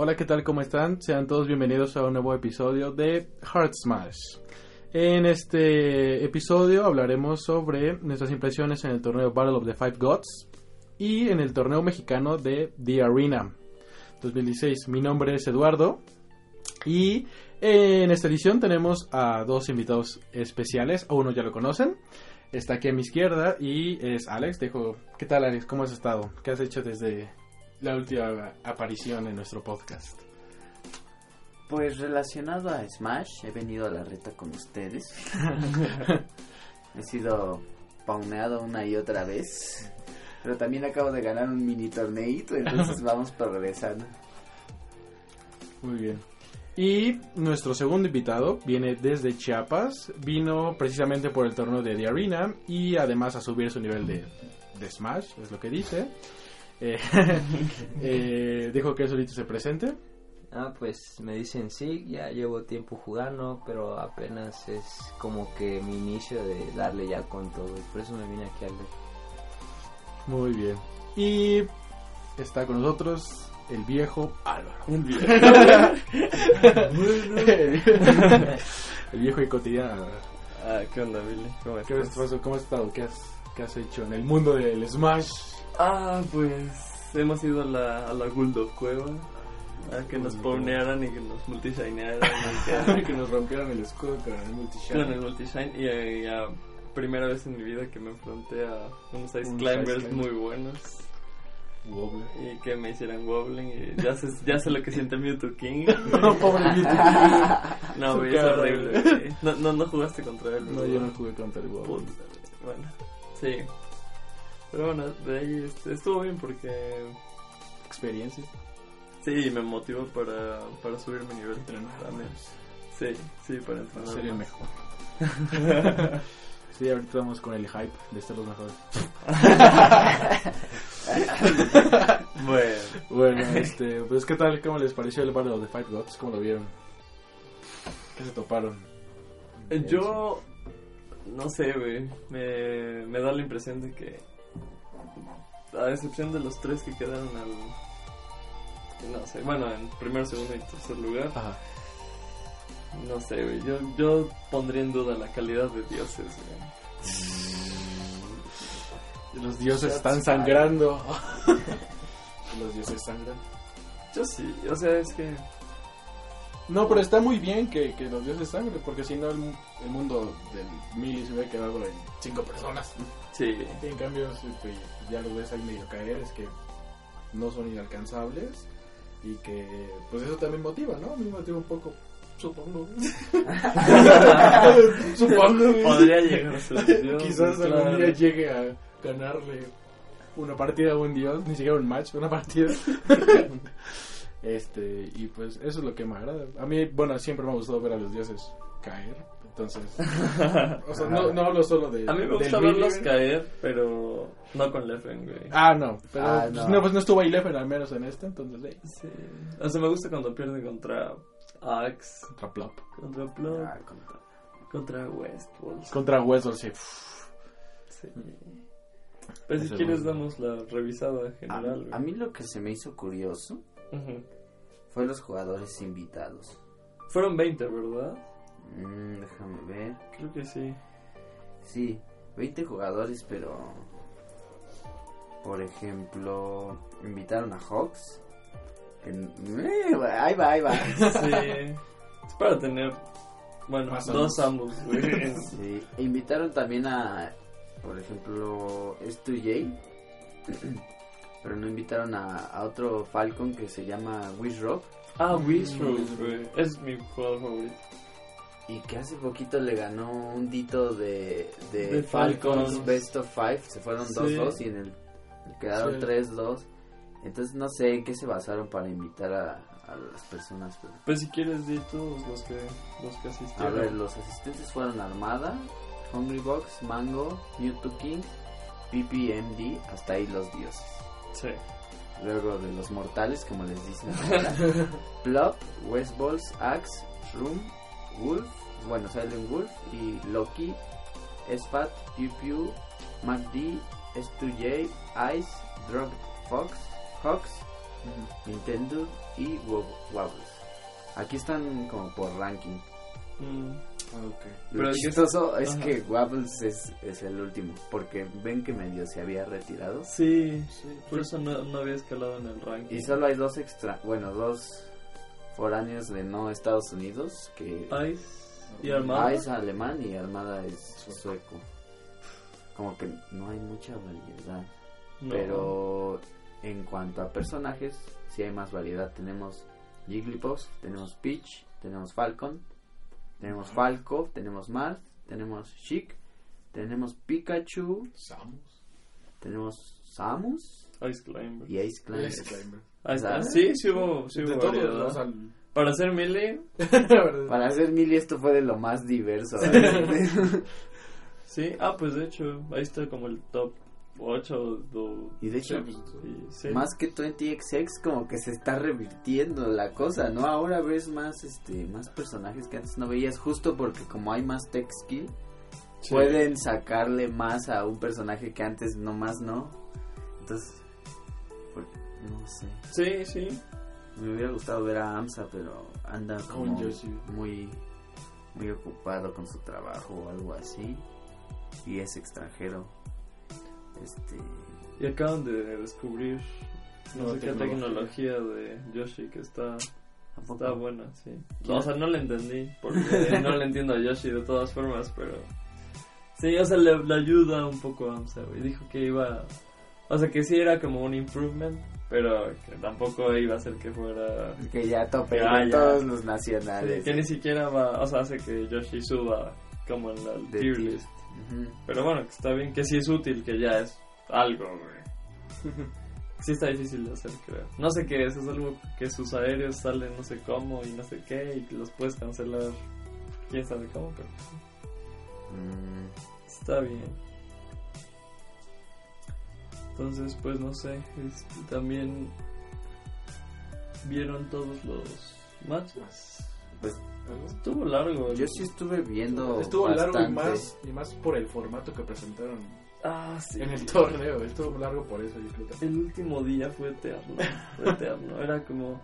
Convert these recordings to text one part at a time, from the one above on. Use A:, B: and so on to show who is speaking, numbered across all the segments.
A: Hola, ¿qué tal? ¿Cómo están? Sean todos bienvenidos a un nuevo episodio de Heart Smash. En este episodio hablaremos sobre nuestras impresiones en el torneo Battle of the Five Gods y en el torneo mexicano de The Arena 2016. Mi nombre es Eduardo y en esta edición tenemos a dos invitados especiales. A uno ya lo conocen, está aquí a mi izquierda y es Alex. Dejo, ¿qué tal Alex? ¿Cómo has estado? ¿Qué has hecho desde la última aparición en nuestro podcast.
B: Pues relacionado a Smash, he venido a la reta con ustedes. he sido pauneado una y otra vez. Pero también acabo de ganar un mini torneito, entonces vamos progresando.
A: Muy bien. Y nuestro segundo invitado viene desde Chiapas, vino precisamente por el torneo de The Arena y además a subir su nivel de, de Smash, es lo que dice. Eh, eh, dijo que él solito se presente.
C: Ah, pues me dicen sí, ya llevo tiempo jugando, pero apenas es como que mi inicio de darle ya con todo. y Por eso me vine aquí a leer.
A: Muy bien. Y está con nosotros el viejo Álvaro. el viejo y cotidiano.
D: Ah, ¿qué onda, Billy? ¿Cómo
A: ¿Qué has,
D: estás?
A: ¿Cómo has estado? ¿Qué has, qué has hecho en el mundo del Smash?
D: Ah, pues hemos ido a la, a la Guldo Cueva a que nos ponearan y que nos multisignaran y
A: que nos rompieran el escudo con el multishot.
D: que- con el multisign y, eh, ya primera vez en mi vida que me enfrenté a unos ice climbers
A: climbers.
D: muy buenos
A: Wobble.
D: y que me hicieran wobbling y ya sé, ya sé lo que siente Mewtwo King.
A: No, pobre Mewtwo.
D: No,
A: Su
D: güey, es
A: cara,
D: horrible.
A: güey.
D: güey. No, no, no jugaste contra él.
A: No,
D: ¿verdad?
A: yo no jugué contra el Wobble.
D: Puta, Bueno, sí. Pero bueno, de ahí est- estuvo bien porque
A: Experiencia.
D: Sí, me motivó para, para subir mi nivel. También.
A: pues,
D: Sí, sí,
A: Para
D: para entrenar.
A: ser el mejor. sí, ahorita vamos con el hype de ser los mejores.
D: Bueno,
A: Bueno, este, pues ¿qué tal? ¿Cómo les pareció el Battle of the Five Gods? ¿Cómo lo vieron? ¿Qué se toparon?
D: yo no sé, güey. Me, me da la impresión de que, a excepción de los tres que quedaron al. No sé, bueno, en primer, segundo y tercer lugar.
A: Ajá.
D: No sé, güey. Yo, yo pondría en duda la calidad de dioses, güey.
A: Los dioses están sangrando. los dioses sangran.
D: Yo sí, o sea, es que.
A: No, pero está muy bien que, que los dioses sangren, porque si no el, mu- el mundo del mili se hubiera quedado en cinco personas.
D: Sí,
A: Y en cambio, si te- ya los ves ahí medio caer, es que no son inalcanzables y que pues eso también motiva, ¿no? A mí me motiva un poco, supongo. supongo. güey.
D: podría llegar a ser un dios.
A: Quizás
D: güey,
A: algún día
D: claro.
A: llegue a ganarle una partida a un dios, ni siquiera un match, una partida. este, y pues eso es lo que me agrada. A mí, bueno, siempre me ha gustado ver a los dioses caer. Entonces, o sea, no, no hablo solo de.
D: A mí me
A: del
D: gusta
A: Billy,
D: verlos
A: güey.
D: caer, pero no con Leffen, güey.
A: Ah, no, pero
B: Ah,
A: pues,
B: no.
A: no. pues no estuvo ahí Leffen al menos en este, entonces, eh,
D: Sí. O sea, me gusta cuando pierde contra Axe,
A: contra Plop.
D: contra Plot,
B: Ah, contra-
D: contra Westworld.
A: Contra Wessel, sí. Uf,
D: Sí.
B: Mm.
D: Pero si
A: Ese
D: quieres,
A: no.
D: damos la revisada
B: A,
D: general, güey.
B: a mí lo que se me hizo curioso
D: Ujú.
B: fue los jugadores invitados.
D: Fueron 20, ¿verdad?
B: Mm, déjame ver.
D: Creo que sí.
B: Sí, 20 jugadores, pero... Por ejemplo, invitaron a Hawks. En- Eh, ahí va, ahí va.
D: Sí. es para tener, bueno,
A: Más
D: dos ambos, güey.
B: Sí, e invitaron también a, por ejemplo, J pero no invitaron a, a otro Falcon que se llama Wish Rock
D: ah,
B: Mm.
D: Westworld, güey. Es mi jugador favorito.
B: y que hace poquito le ganó un dito de, de
D: De
B: Falcons
D: Falcons.
B: Best of Five, se fueron 2-2
D: Sí.
B: y en el quedaron
A: Sí.
B: 3-2 Entonces no sé en qué se basaron para invitar a, a las personas. pero-
D: Pues si quieres di todos los que, los que
B: A ver,
D: asistieron.
B: los asistentes fueron Armada, Hungrybox, Mango, YouTube King, PPMD, hasta ahí los dioses.
D: Sí.
B: Luego de los mortales, como les dicen ahora, Plop, West Balls, Axe, Shroom, Wolf, bueno, Silent Wolf y Loki, Spat, Pew Pew, MacD, S2J, Ice, Drug Fox, Hawks, Nintendo y Wo- Wobbles. Aquí están como por ranking.
D: Mm,
B: Lo
D: Pero el que-
B: chistoso es
D: Ajá.
B: que Wobbles es, es el último, porque ven que medio se había retirado.
D: Sí, sí. Por eso no, no había escalado en el ranking.
B: Y solo hay dos extra, bueno, dos foráneos de no Estados Unidos que
D: Ice y Armada.
B: Ah, es alemán y Armada es sueco. Como que no hay mucha variedad,
D: No.
B: pero en cuanto a personajes sí hay más variedad. Tenemos Jigglypuff, tenemos Peach, tenemos Falcon, tenemos Falco, tenemos Mars, tenemos Chic, tenemos Pikachu,
E: Samus.
B: tenemos Samus
D: Ice Climber.
B: y Ace Climber.
D: Ah, está.
B: ¿Sabes?
D: sí, sí hubo, sí
E: De
D: hubo
E: todos,
D: variedad.
E: o sea,
D: Para hacer melee,
B: Para hacer Mili esto fue de lo más diverso.
D: sí. Ah, pues de hecho, ahí está como el top 8 o
B: y de hecho,
E: sí, pues,
D: y- sí.
B: más que 20XX como que se está revirtiendo la cosa, ¿no? Ahora ves más este más personajes que antes no veías justo porque como hay más tech skill
D: Sí.
B: pueden sacarle más a un personaje que antes nomás no. Entonces, por- no sé.
D: Sí, sí.
B: Me hubiera gustado ver a AMSA, pero anda como
E: yo sí.
B: muy muy ocupado con su trabajo o algo así y es extranjero. Este
D: Y acaban de descubrir no
E: Nueva
D: sé qué
E: tecnología.
D: tecnología de Yoshi que está,
B: ¿A poco?
D: está buena, sí. No, o sea, no la entendí, porque no le entiendo a Yoshi de todas formas, pero... Sí, o sea, le, le ayuda un poco a Amsa, güey. Dijo que iba... O sea, que sí era como un improvement, pero que tampoco iba a hacer que fuera...
B: Que ya tope
D: Ah,
B: con
D: ya.
B: todos los
D: Sí,
B: nacionales.
D: que ni siquiera va... O sea, hace que Yoshi suba como en la
B: De
D: tier
B: tier.
D: list.
B: Ujú.
D: Pero bueno, que está bien, que sí es útil, que ya es algo, güey. Sí está difícil de hacer, creo. No sé qué es, es algo que sus aéreos salen no sé cómo y no sé qué y que los puedes cancelar quién sabe cómo, pero
B: Mm,
D: está bien. Entonces, pues no sé, este, también vieron todos los matches.
B: Pues-
D: Estuvo largo. el-
B: Yo sí estuve viendo.
E: Estuvo largo y
B: bastante.
E: más, y más por el formato que presentaron
D: Ah, sí.
E: en el torneo. Estuvo largo por eso, yo creo. también.
D: El último día fue eterno, fue eterno. Era como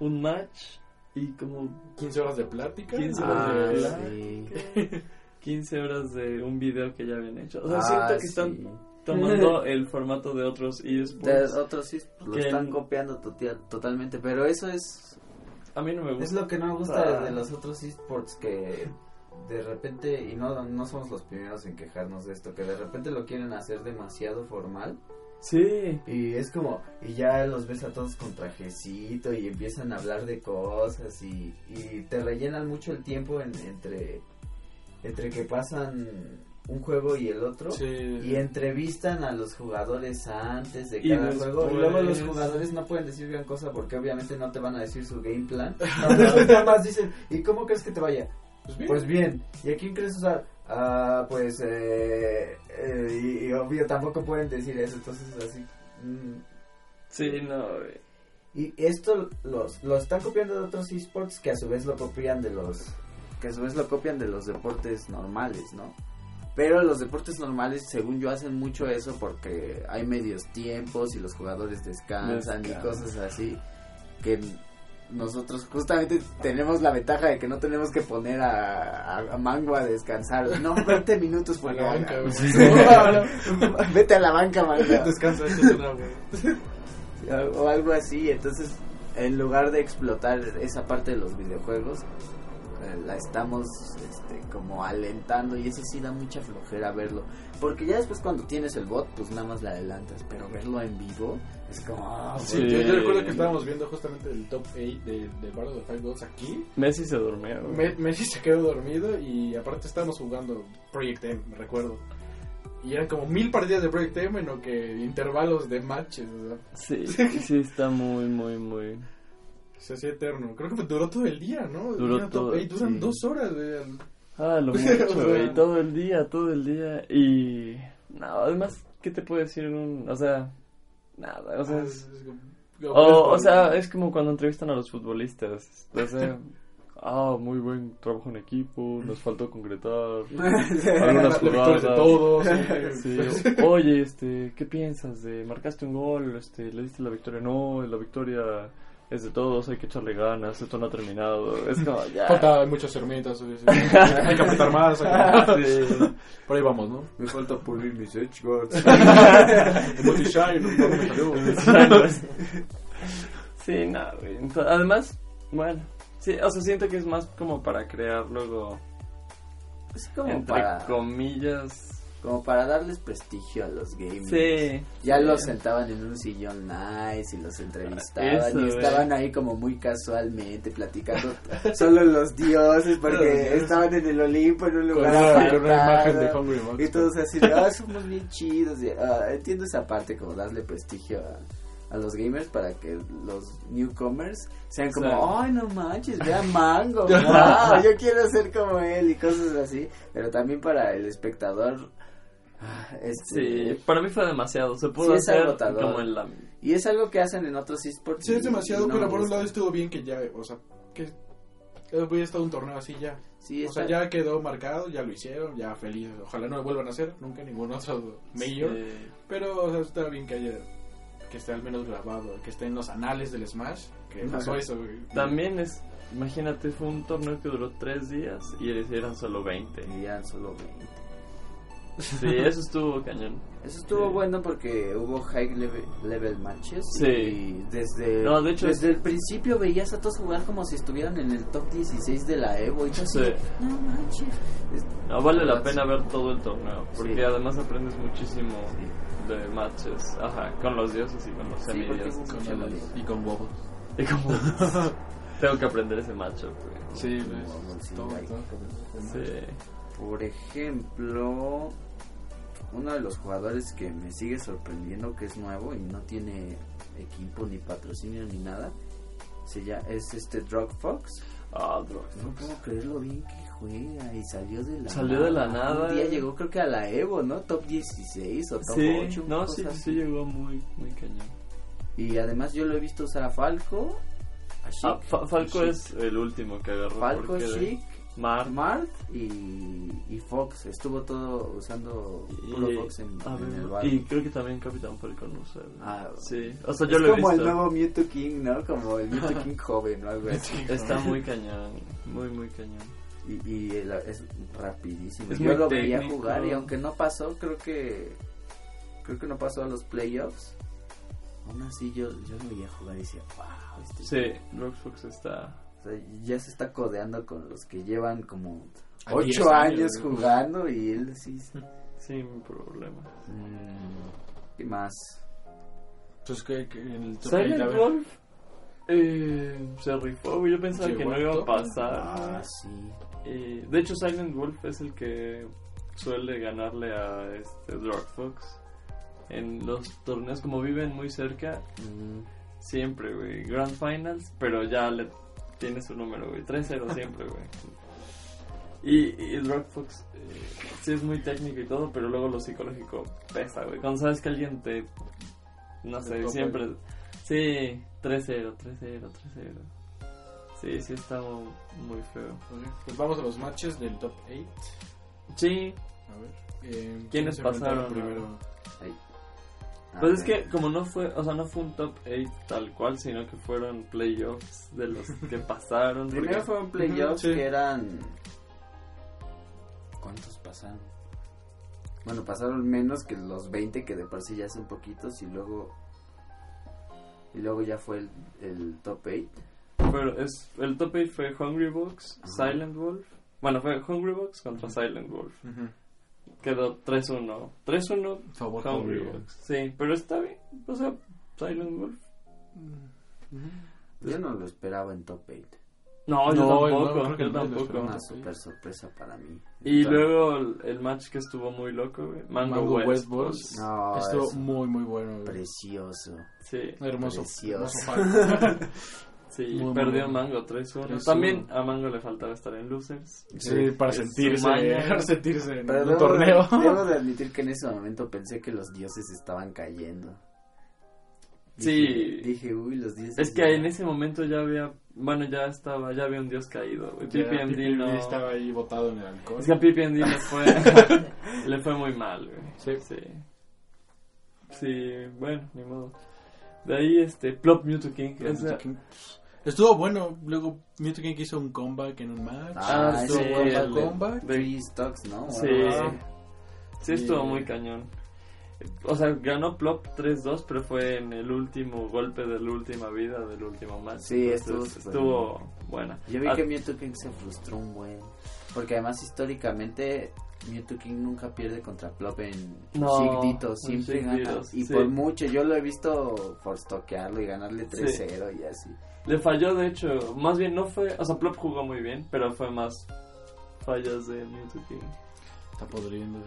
D: un match y como
E: 15 horas de plática.
D: 15 horas
B: Ah,
D: de
E: de-
D: plática.
B: sí.
D: 15 horas de un video que ya habían hecho. O sea,
B: Ah,
D: siento que
B: sí.
D: están tomando el formato de otros pues,
B: De
D: eSports.
B: otros sí lo
D: Que-
B: están copiando totia- totalmente, pero eso es.
D: A mí no me
B: Es
D: gusta.
B: lo que no me gusta
D: Ah.
B: de los otros esports que. De repente, y no, no somos los primeros en quejarnos de esto, que de repente lo quieren hacer demasiado formal
D: Sí,
B: Y es como, y ya los ves a todos con trajecito y empiezan a hablar de cosas y, y te rellenan mucho el tiempo en- entre, entre que pasan un juego y el otro.
E: Sí.
B: Y entrevistan a los jugadores antes de
D: Y
B: cada
D: después-
B: juego. Y luego los jugadores no pueden decir gran cosa porque obviamente no te van a decir su game plan. Entonces nada más dicen, ¿y cómo crees que te vaya?
E: Pues bien.
B: Pues bien, ¿y a quién crees usar? Ah, pues, eh, eh, y, y obvio, tampoco pueden decir eso, entonces así. mm.
D: sí, no. güey.
B: Y esto los, lo están copiando de otros esports que a su vez lo copian de los. que a su vez lo copian de los deportes normales, ¿no? Pero los deportes normales, según yo, hacen mucho eso porque hay medios tiempos y los jugadores descansan y
D: Descansan.
B: cosas así. Que nosotros justamente tenemos la ventaja de que no tenemos que poner a, a- a Mango a descansar. No, 20 minutos
E: A
B: por
E: la banca, güey.
B: Vete a la banca, Mango.
E: Descansa, échate una, güey.
B: o algo así. Entonces, en lugar de explotar esa parte de los videojuegos, eh, la estamos este, como alentando y eso sí da mucha flojera verlo. Porque ya después cuando tienes el bot, pues nada más la adelantas, pero verlo en vivo es como... ah,
E: Sí,
D: Sí.
E: Yo, yo recuerdo que estábamos viendo justamente el top 8 de, del Battle of the Five Gods aquí.
D: Messi se durmió. güey.
E: Me- Messi se quedó dormido y aparte estábamos jugando Project M, me recuerdo.
A: Y eran como mil partidas de Project M en lo que intervalos de matches. O sea,
F: Sí, sí, está muy, muy, muy.
A: se hacía eterno. Creo que me duró todo el día, ¿no?
F: Duró
A: Mira,
F: todo,
A: top eight, duran
F: sí.
A: dos horas, güey. al-
F: Ah, lo
A: O
F: mucho,
A: sea,
F: güey, todo el día, todo el día. Y. No, además, ¿qué te puedo decir? en Un, o sea, nada, o sea.
A: Ah,
F: es-
A: es como-
F: O, o sea, eh, es como cuando entrevistan a los futbolistas. O sea, ah, muy buen trabajo en equipo, nos faltó concretar algunas
A: la victoria
F: jugadas.
A: de todos.
F: Sí, Oye, este, ¿qué piensas? De, ¿Marcaste un gol? Este, ¿Le diste la victoria? No, la victoria es de todos, hay que echarle ganas, esto no ha terminado. Es como, ya.
A: Falta muchas hermetas. güey, sí. Hay que apretar más. hay que- Por ahí vamos, ¿no?
B: Me falta pulir mis edge guards.
A: El multishine, no, no me salió.
F: sí, no, güey. Ento- Además, bueno, sí, o sea, siento que es más como para crear luego,
B: Es como
F: entre
B: para,
F: comillas.
B: como para darles prestigio a los gamers.
F: Sí.
B: Ya
F: sí.
B: los sentaban en un sillón nice y los entrevistaban
F: Eso,
B: y
F: güey.
B: estaban ahí como muy casualmente platicando solo los dioses porque estaban en el Olimpo en un
A: Con
B: lugar
A: una, con una imagen de
B: apartado.
A: Hungry
B: y
A: Monster.
B: todos así de, ah, somos bien chidos. y, ah, entiendo esa parte, como darle prestigio a, a los gamers para que los newcomers sean como,
F: Claro.
B: ay, no manches, vean Mango, wow, yo quiero ser como él y cosas así. Pero también para el espectador, ah, este,
D: Sí, para mí fue demasiado. Se
B: Sí,
D: pudo
B: es
D: hacer
B: agotador.
D: como en la.
B: Y es algo que hacen en otros esports.
A: Sí,
B: y-
A: es demasiado,
B: y no
A: pero
B: me
A: por un
B: gusta.
A: lado estuvo bien que ya, o sea, que eh, hubiera estado un torneo así ya.
B: Sí,
A: O sea,
B: está-
A: ya quedó marcado, ya lo hicieron, ya feliz. Ojalá no lo vuelvan a hacer nunca ningún otro mayor.
D: eh,
A: Pero, o sea, está bien que haya, que esté al menos grabado, que esté en los anales del Smash. Que
B: Ajá.
A: pasó eso, güey.
D: También es. Imagínate, fue un torneo que duró tres días y le hicieron solo 20.
B: y ya solo 20.
D: Sí, eso estuvo cañón.
B: Eso estuvo
D: Sí.
B: bueno porque hubo high level, level matches.
D: Sí.
B: Y desde,
D: No, de hecho-
B: desde el principio veías a todos jugar como si estuvieran en el top 16 de la Evo. Y tú así,
D: Sí.
B: no manches. Es-
D: No, vale la
B: Sí.
D: pena ver todo el torneo, porque
B: Sí.
D: además aprendes muchísimo
B: Sí.
D: de matches, ajá, con los dioses y con los
B: Sí, porque
D: semidioses.
B: hubo
A: Con
B: mucha
A: anales
B: variedad.
A: y con bobos.
D: Y como tengo que aprender ese matchup, güey.
A: Sí,
B: Sí,
A: pues, todo,
B: ahí.
A: todo con-
D: Sí.
B: Por ejemplo, uno de los jugadores que me sigue sorprendiendo que es nuevo y no tiene equipo ni patrocinio ni nada, se llama, es este Drug Fox.
D: Ah, drogas.
B: No puedo creer lo bien que juega y salió de la
D: Salió de la nada. eh.
B: Un día llegó creo que a la Evo, ¿no? Top 16 o top
D: Sí,
B: 8. una
D: no,
B: cosa
D: sí,
B: así.
D: sí llegó muy, muy cañón.
B: Y además yo lo he visto usar a Falco, a Chic,
D: Ah, Fa- Falco
B: Chic.
D: es el último que agarró.
B: Falco,
D: porque
B: Chic,
D: Mar.
B: Mart y, y Fox. Estuvo todo usando puro
D: y-
B: Fox en,
D: a
B: en
D: ver,
B: el bar.
D: y creo que también Capitán Falcon usa. güey.
B: Ah,
D: Sí, o sea,
B: es
D: yo lo he
B: como
D: visto.
B: el nuevo Mewtwo King, ¿no? Como el Mewtwo King joven o algo así.
D: Está muy cañón, muy, muy cañón.
B: Y, y el- es rapidísimo.
D: Es
B: Yo
D: muy
B: lo veía
D: técnico.
B: jugar y aunque no pasó, creo que creo que no pasó a los playoffs. Aún así yo, yo lo veía jugar y decía, wow, este
D: Sí, Rockfox está
B: o sea, ya se está codeando con los que llevan como
A: A 10
B: 8 años
A: años, ¿no?
B: jugando y él sí.
D: sin problema.
B: mm, ¿Qué más?
A: Pues que, que el top eight, a
D: Silent
A: ver.
D: Wolf eh, se rifó, güey. Yo pensaba que
A: Llegó
D: no
A: al
D: iba a
A: top.
D: pasar.
B: Ah, sí.
D: Y, de hecho, Silent Wolf es el que suele ganarle a este Drogfox en los torneos. Como viven muy cerca,
B: Mm,
D: siempre, güey. Grand Finals, pero ya le tiene su número, güey. 3-0 siempre, güey. Y, y el Rockfox eh, sí es muy técnico y todo, pero luego lo psicológico pesa, güey. Cuando sabes que alguien te. No
A: Te
D: sé,
A: topa.
D: siempre. Sí, 3-0, 3-0, 3-0. Sí, sí, está mu- muy feo.
A: Pues vamos a los matches del top 8.
D: Sí,
A: A ver. eh,
D: ¿Quiénes
A: se enfrentaron
D: pasaron?
A: primero?
B: a
D: Pues es
B: ver.
D: que como no fue, o sea, no fue un top 8 tal cual, sino que fueron playoffs de los que pasaron. porque-
B: Primero fueron playoffs
D: Ujú, sí.
B: que eran. ¿Cuántos pasaron? Bueno, pasaron menos que los 20 que de por sí ya son poquitos y luego. Y luego ya fue el, el top 8.
D: Pero es, el top 8 fue Hungry Box,
B: Ajá.
D: Silent Wolf. Bueno, fue Hungry Box contra Silent Wolf.
A: Ujú.
D: Quedó 3-1. 3-1
A: Favor
D: Hungry
A: Hungry.
D: Box. Sí, pero está bien. O sea, Silent Wolf.
B: Yo no lo esperaba en top 8.
D: No, yo
A: No, no,
D: tampoco,
A: creo que
D: yo
A: no, no,
D: tampoco.
A: no.
B: Una super sorpresa para mí.
D: Y
B: Entonces-
D: luego el, el match que estuvo muy loco, güey. Mango,
A: Mango
D: West.
A: West Balls.
B: No,
A: Ah, Estuvo
B: Ah, es
A: muy, muy bueno. güey.
B: precioso.
D: Sí,
A: Hermoso.
B: Precioso.
A: hermoso juego.
D: sí,
A: Muy, muy
D: perdió
A: bueno.
D: Mango 3-1.
A: Tres
D: También a Mango le faltaba estar en Losers.
A: sí, para
D: es
A: sentirse,
D: su maña.
A: para sentirse en
B: Pero
A: el
B: debo,
A: torneo.
B: debo de admitir que en ese momento pensé que los dioses estaban cayendo.
D: Sí.
B: Dije- Dije, uy, los dioses.
D: Es que
B: ya-
D: en ese momento ya había, bueno, ya estaba, ya había un dios caído, güey.
A: Ya,
D: PPMD no.
A: PPMD estaba ahí botado en el alcohol.
D: Es que a PPMD le fue, le fue muy mal, güey.
A: Sí.
D: sí. Sí, bueno, ni modo. De ahí, este, Plop Mewtwo King. Esa-
A: pues, Estuvo bueno. Luego Mewtwo King hizo un comeback en un match.
B: Ah,
A: estuvo
D: sí,
A: bueno el
D: el de-
A: comeback.
B: Three stocks, ¿no?
D: Sí. Sí, estuvo muy cañón. O sea, ganó Plop 3-2, pero fue en el último golpe de la última vida, del último match.
B: Sí, estuvo
D: Entonces,
B: súper
D: estuvo buena.
B: Yo vi
D: Ah,
B: que Mewtwo King se frustró un buen. Porque además, históricamente, Mewtwo King nunca pierde contra Plop en
D: No,
B: Sigdito.
D: en
B: Siempre gana.
D: Sigditos,
B: Y
D: sí.
B: por mucho, yo lo he visto por stockearlo y ganarle 3-0 y así.
D: Le falló, de hecho, más bien no fue... O sea, Plop jugó muy bien, pero fue más fallas de Mewtwo King.
A: Está podriendo el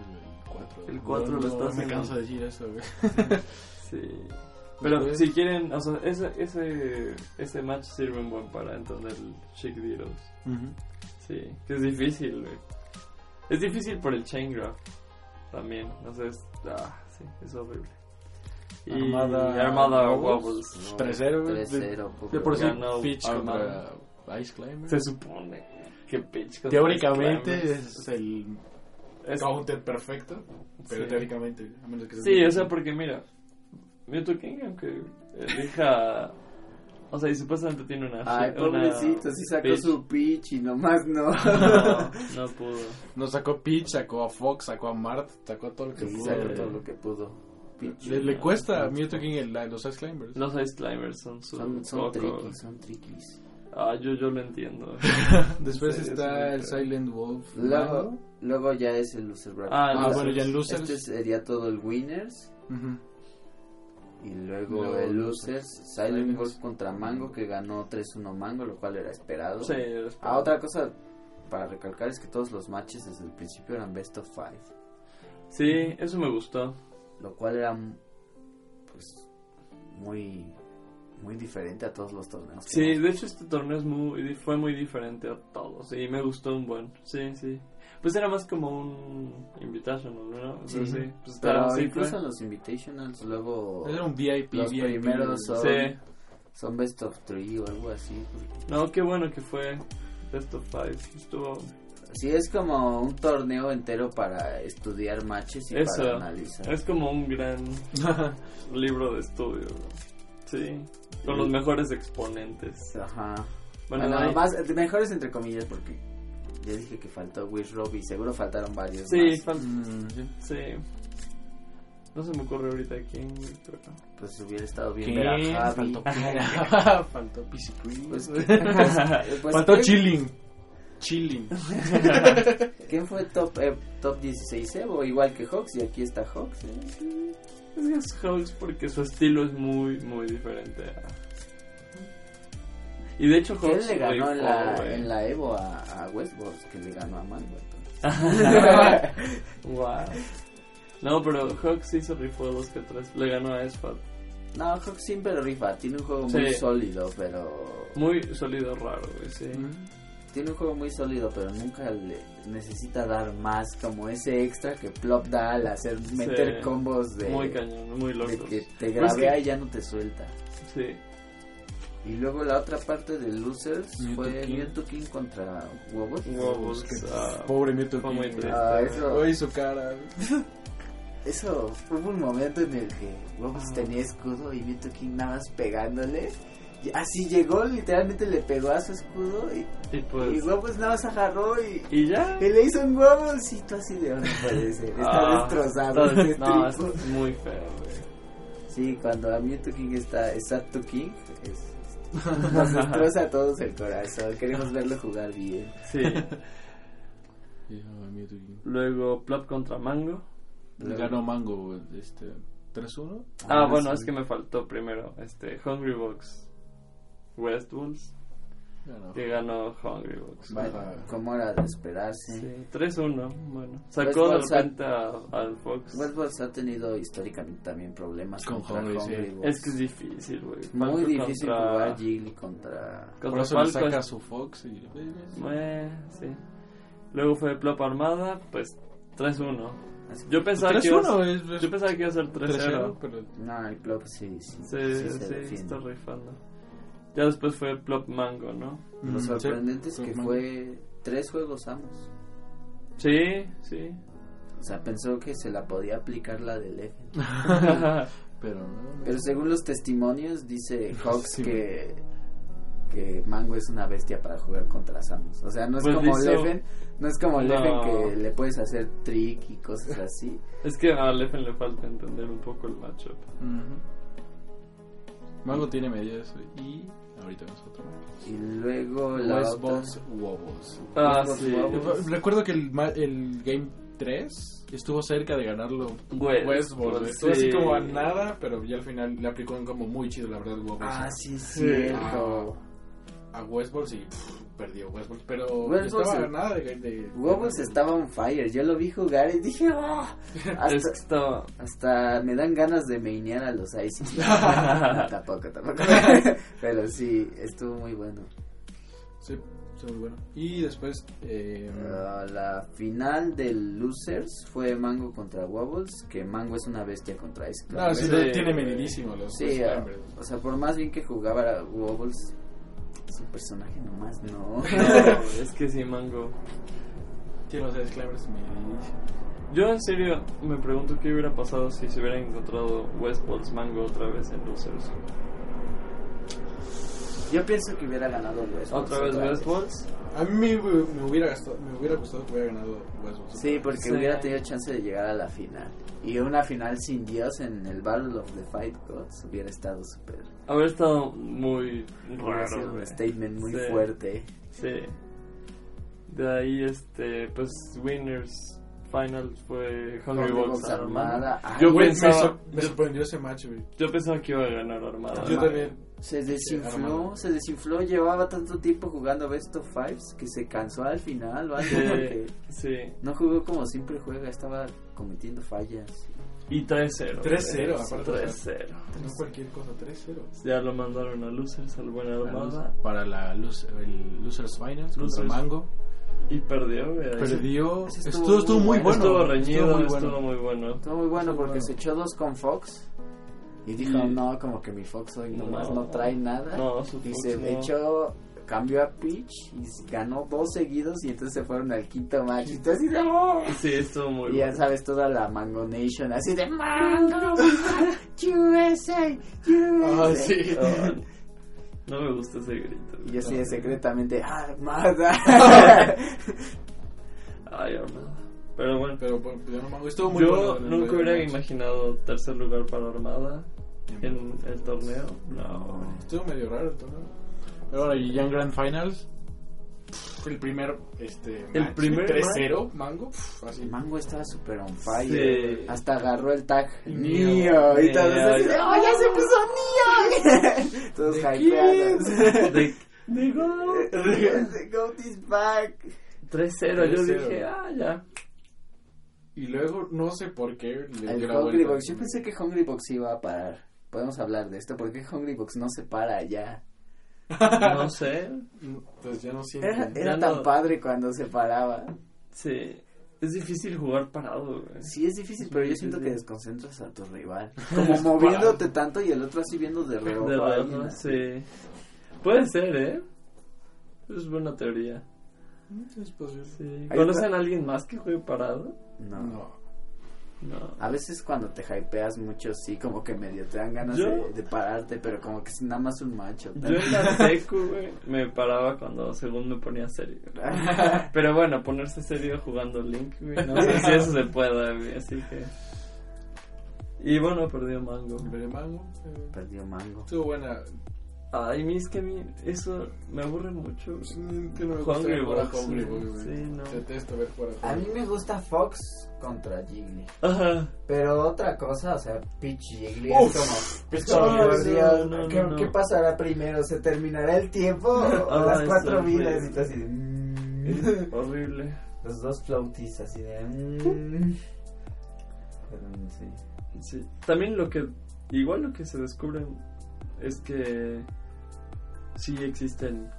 A: 4.
D: El cuatro lo está
A: Me
D: haciendo.
A: canso de decir eso, güey.
D: Sí. Pero
A: Después-
D: si quieren, o sea, ese, ese, ese match sirve un buen para entender el Chick Diros. Sí, que es difícil, güey. Es difícil por el chain grab también. No sé, es, ah, sí, es horrible. Y
A: Armada-
D: Armada
A: Wobbles.
D: Wobbles.
A: 3-0, güey.
B: 3-0,
A: De- De por sí,
D: Ganó
A: Fitch
D: Armada.
A: contra Ice Climber.
D: Se supone que pitch contra
A: Teóricamente
D: Climbers.
A: es el
D: Es-
A: counter perfecto, pero
D: Sí.
A: teóricamente, a menos que
D: Sí, o sea, porque mira, Mewtwo King, aunque elija. O sea, y supuestamente tiene una.
B: Ay,
D: una
B: pobrecito, sí sacó
D: pitch.
B: su pitch y nomás no.
D: No, no pudo.
A: No sacó Peach, sacó a Fox, sacó a Mart, sacó todo lo que
B: Sí,
A: pudo.
B: sacó
A: güey.
B: todo lo que pudo. Pitch.
A: Le, le cuesta a Mewtwo King el- la- los Ice Climbers.
D: Los Ice Climbers son su.
B: Son, son
D: coco.
B: triquis, son triquis.
D: Ah, yo, yo lo entiendo.
A: Después
D: Sí,
A: está
D: sí,
A: el
D: sí.
A: Silent Wolf.
B: Luego,
A: Mango.
B: luego ya es el loser bracket.
D: Ah,
A: Ah,
D: Losers.
A: bueno, ya en Losers.
B: Este sería todo el winners.
A: Ujú.
B: Y luego
A: Luego
B: el
A: losers.
B: losers. Silent
A: Silent
B: Wolf contra Mango, que ganó 3-1 Mango, lo cual era esperado.
D: Sí, es-
B: Ah, otra cosa para recalcar es que todos los matches desde el principio eran best of five.
D: sí, eso me gustó.
B: Lo cual era. Pues. Muy. Muy diferente a todos los torneos. que
D: Sí,
B: hemos
D: de hecho este torneo es muy, fue muy diferente a todos y me gustó un buen. Sí, sí. Pues era más como un invitational, ¿no? O sea, sí.
A: Sí.
D: Pues
B: Pero
D: estaba- sí,
B: incluso
D: fue-
B: en los Invitationals luego
A: Era un VIP.
B: los
A: VIP.
B: primeros son,
D: Sí.
B: son Best of Three o algo así.
D: No, qué bueno que fue Best of Five. Estuvo...
B: Sí, es como un torneo entero para estudiar matches y
D: Eso.
B: para analizar.
D: Es como un gran libro de estudio, ¿no? Sí. Con los mejores exponentes.
B: Ajá.
D: Bueno,
B: Bueno,
D: no hay-
B: más, eh, mejores entre comillas porque ya dije que faltó Wish Rob y seguro faltaron varios
D: Sí,
B: más.
D: fal-
A: Mm, sí.
D: sí. No se me ocurre ahorita quién, pero...
B: Pues hubiera estado bien ver
A: ¿Quién?
B: a Javi.
A: Faltó Piedra, faltó Pisi Queen.
B: Pues, pues, eh, pues,
A: faltó
B: ¿quién-
A: Chilling. Chilling.
B: ¿Quién fue top, eh, top 16 Evo? Igual que Hawks y aquí está Hawks. ¿eh?
D: Es que es Hawks porque su estilo es muy, muy diferente. a- Y de hecho
B: Que él
D: Hawks
B: le ganó en la,
D: rifó, güey.
B: en la Evo a, a Westworld, que le ganó a Mango. entonces.
D: Wow. No, pero Hawks sí se rifó dos que tres. Le ganó a Esfat.
B: No, Hawk siempre rifa, tiene un juego muy
D: Sí.
B: sólido, pero...
D: Muy sólido, raro, güey, sí.
B: Mm. Tiene un juego muy sólido, pero nunca le necesita dar más, como ese extra que Plop da al hacer meter
D: Sí.
B: combos de,
D: Muy cañón,
B: de
D: muy loco.
B: que te
D: Pero Pues es
B: grabea
D: que-
B: y ya no te suelta.
D: Sí.
B: Y luego la otra parte de Losers
A: Mewtwo
B: fue
A: King.
B: Mewtwo King contra Wobble.
D: Huevos. ah,
A: Pobre Mewtwo
D: Fue
A: King.
D: muy
A: güey.
D: triste.
B: Ah, eso,
A: Oye, su cara. güey.
B: eso hubo un momento en el que Wobbles
D: Ah.
B: tenía escudo y Mewtwo King nada más pegándole. Y Así llegó, literalmente le pegó a su escudo y,
D: y
B: y
D: pues...
B: Wobbles nada más agarró y,
D: Y ya.
B: Y le hizo un huevoncito así de no puede ser. Está
D: Ah,
B: destrozado. este
D: está-
B: ese
D: No,
B: tripo.
D: es muy feo, güey.
B: Sí, cuando a Mewtwo King está, está tu King, es- nos destroza a todos el corazón. Queremos verlo jugar bien.
D: Sí.
A: Sí, no, Mewtwo King.
D: Luego Plop contra Mango.
A: Ganó Mango, güey, este, 3-1.
D: Ah,
B: Ah,
D: bueno,
B: sí.
D: es que me faltó primero este Hungry Box West Wolves.
A: Ganó.
D: que ganó Hungrybox.
B: Vaya, como era de esperarse.
D: Sí, 3-1, bueno.
B: Pues
D: Sacó de
B: Westworld Sa-
D: repente a- al Fox.
B: Westworld ha tenido históricamente también problemas
A: Con
B: contra
A: Hungry, sí.
B: Hungrybox.
D: Es que es difícil, güey.
B: muy
D: Falco
B: difícil
D: contra-
B: jugar Jiggly contra...
A: Por
D: Contra
A: eso le
D: Falco.
A: saca su Fox y...
D: Eh, sí. Luego fue Plop Armada, pues 3-1.
B: Así-
D: Yo pensaba, que iba, a-
A: 3-1 es... es
D: yo pensaba que iba a ser
A: 3-0,
D: 3-0.
A: pero...
B: No, el club sí, sí,
D: Sí, sí,
B: se defiende.
D: está rifando. Ya después fue Plop Mango, ¿no?
B: Lo
A: Mm,
B: sorprendente
A: sí.
B: es que
D: pues,
A: Superman.
B: fue tres juegos ambos.
D: Sí, sí.
B: O sea, pensó que se la podía aplicar la del F.
A: Pero no...
B: Pero según los testimonios, dice Hawks
A: Sí.
B: que, que Mango es una bestia para jugar contra Samus. O sea, no es
D: Pues
B: como
D: hizo-
B: Leffen, no es como
D: No.
B: Leffen que le puedes hacer trick y cosas así.
D: es que a Leffen le falta entender un poco el matchup.
A: Ujú. Mango tiene medias y... Ahorita vemos otro.
B: Y luego la
A: West
B: otra-
A: Boss Wobos.
D: Ah,
B: Los
D: sí.
B: Wobbles.
A: Recuerdo que el, ma- el Game 3 estuvo cerca de ganarlo
D: Güey,
A: West Boss.
D: pues,
A: Estuvo así
D: sí.
A: como a nada, pero ya al final le aplicó un como muy chido, la verdad, Wobos.
B: Ah, sí, es cierto.
A: a Westworld sí pff, perdió Westworld, pero
B: Westworld
A: estaba
B: se-
A: ganada de, de-
B: Wobbles
A: de-
B: estaba on fire. Yo lo vi jugar y dije, "Ah".
D: Es
B: hasta,
D: que estaba.
B: hasta me dan ganas de meinear a los ISIS. tampoco, tampoco. Pero sí, estuvo muy bueno.
A: Sí, estuvo muy bueno. Y después eh,
B: Uh, la final del Losers fue Mango contra Wobbles, que Mango es una bestia contra Ice Cloud.
A: no, sí,
D: Ah, sí. Pues,
A: tiene medidísimo los
B: Ah, Sí,
A: los
B: ah,
A: Climbers.
B: o sea, por más bien que jugaba a Wobbles, su personaje nomás no.
D: No, es que sí, Mango.
A: Tiene los seis climbers medidísimos.
D: Yo en serio me pregunto qué hubiera pasado si se hubiera encontrado West Balls Mango otra vez en Losers.
B: Yo pienso que hubiera ganado West.
D: ¿Otra vez West Balls?
A: A mí me, me hubiera gastado, me hubiera gustado que hubiera ganado Westworld.
B: Sí, porque
D: Sí. pues,
B: hubiera tenido chance de llegar a la final. Y una final sin Dios en el Battle of the Fight Gods hubiera estado súper.
D: Habría estado muy
B: hubiera
D: raro.
B: sido
D: güey.
B: un statement muy
D: Sí.
B: fuerte.
D: Sí. De ahí, este, pues, Winners Final fue Hungry Box
B: Box armada. Ah, Ay,
D: Yo
A: Güey, me,
D: pensaba-
A: sor- me
D: yo- Ah,
A: sorprendió ese match, güey.
D: Yo pensaba que iba a ganar Armada.
A: Yo también.
B: Se
D: Este,
B: desinfló,
A: armado.
B: se desinfló, llevaba tanto tiempo jugando Best of Fives que se cansó al final, ¿vale? Porque
D: Sí, sí.
B: no jugó como siempre juega, estaba cometiendo fallas.
D: Y 3-0.
A: 3-0,
D: güey.
A: aparte,
D: 3-0.
A: No cualquier cosa, 3-0.
D: Ya lo mandaron a Losers, al buen Armada.
A: Para la luz, el Losers Finals contra
D: Losers.
A: Mango.
D: Y perdió, güey.
A: Perdió.
B: Ese
A: Estuvo,
B: estuvo
A: estuvo, muy
B: muy
A: bueno.
D: estuvo reñido,
A: Estuvo muy bueno.
D: estuvo muy bueno.
B: Estuvo muy bueno porque
A: bueno.
B: se echó dos con Fox y dijo,
D: Y-
B: no, como que mi Fox hoy nomás
D: No.
B: no, trae nada.
D: No, su
B: y
D: Fox
B: se
D: no.
B: echó, cambió a Peach y s- ganó dos seguidos y entonces se fueron al quinto match. Y tú así de, "Oh".
D: Sí, estuvo muy
B: Y ya
D: bueno.
B: sabes, toda la Mango Nation así de Mango, USA, USA.
D: Ah, sí. No me gusta ese grito.
B: Y
D: güey.
B: yo sí, secretamente, "Ah, armada.
D: Ay, Armada. Pero bueno.
A: Pero bueno, pues, ganó Mango. Estuvo muy bueno.
D: Yo
A: el-
D: nunca
A: el
D: hubiera
A: match.
D: imaginado tercer lugar para Armada en el torneo. No.
A: Estuvo medio raro el torneo. Pero ahora, y ya en Grand Finals. pff, El primer, este,
D: El
A: match,
D: primer
A: 3-0, mango, pff, así.
B: Mango estaba súper on fire.
D: Sí.
B: Hasta agarró el tag
D: Neo.
B: mío. Y
D: Neo.
B: todos así, de, ¡oh, ya se puso mío! todos hypeados.
D: De, de gol.
B: The goat is back.
D: 3-0. Yo
A: 3-0.
D: dije, ah, ya.
A: Y luego, no sé por qué, le dio
B: El
A: la vuelta.
B: Hungrybox. Yo pensé que Hungrybox iba a parar. Podemos hablar de esto. ¿Por qué Hungrybox no se para ya?
D: No sé.
A: Entonces ya no siento.
B: Era,
D: Ya
B: era
D: no.
B: tan padre cuando se paraba.
D: Sí. Es difícil jugar parado, güey.
B: Sí, es difícil, pero yo siento que desconcentras a tu rival. Como moviéndote tanto y el otro así viendo de
D: De
B: reojo. a
D: verdad,
B: alguien.
D: ¿no? Sí. Puede ser, ¿eh? Es buena teoría.
A: Es posible.
D: Sí.
B: Hay
D: ¿Conocen a alguien más que juegue parado?
B: No.
A: No.
D: No.
B: A veces cuando te hypeas mucho, sí, como que medio te dan ganas
D: Yo-
B: de, de pararte, pero como que es nada más un macho.
D: Yo en la secu, güey, me paraba cuando según me ponía serio. Pero bueno, ponerse serio jugando Link, güey, no sé si eso se pueda, güey, así que... Y bueno, perdió Mango.
A: Veré mango. eh,
B: Perdió mango.
A: Estuvo buena.
D: Ay, mi, es que a mí eso me aburre mucho. güey.
E: Pues, Que no me gusta
D: Hungry
E: ver jugar a
D: Box.
E: Hungry Box, güey.
D: Sí, no.
E: Detesto ver jugar a
B: A mí
E: Hungry
B: me gusta Fox contra Jiggly.
D: Ajá.
B: Pero otra cosa, o sea, Peach Jiggly
E: Uf,
B: es como.
E: Peach
B: Oh,
D: Jiggly,
B: Dios,
D: no, no,
B: ¿qué,
D: no.
B: qué pasará primero? ¿Se terminará el tiempo o, o
D: Ah,
B: las cuatro
D: eso fue-
B: vidas? Y tú así de, mm.
D: Es horrible.
B: Los dos flautis así de. mm. Pero no sé.
D: Sí. También lo que. Igual lo que se descubre es que. Sí existen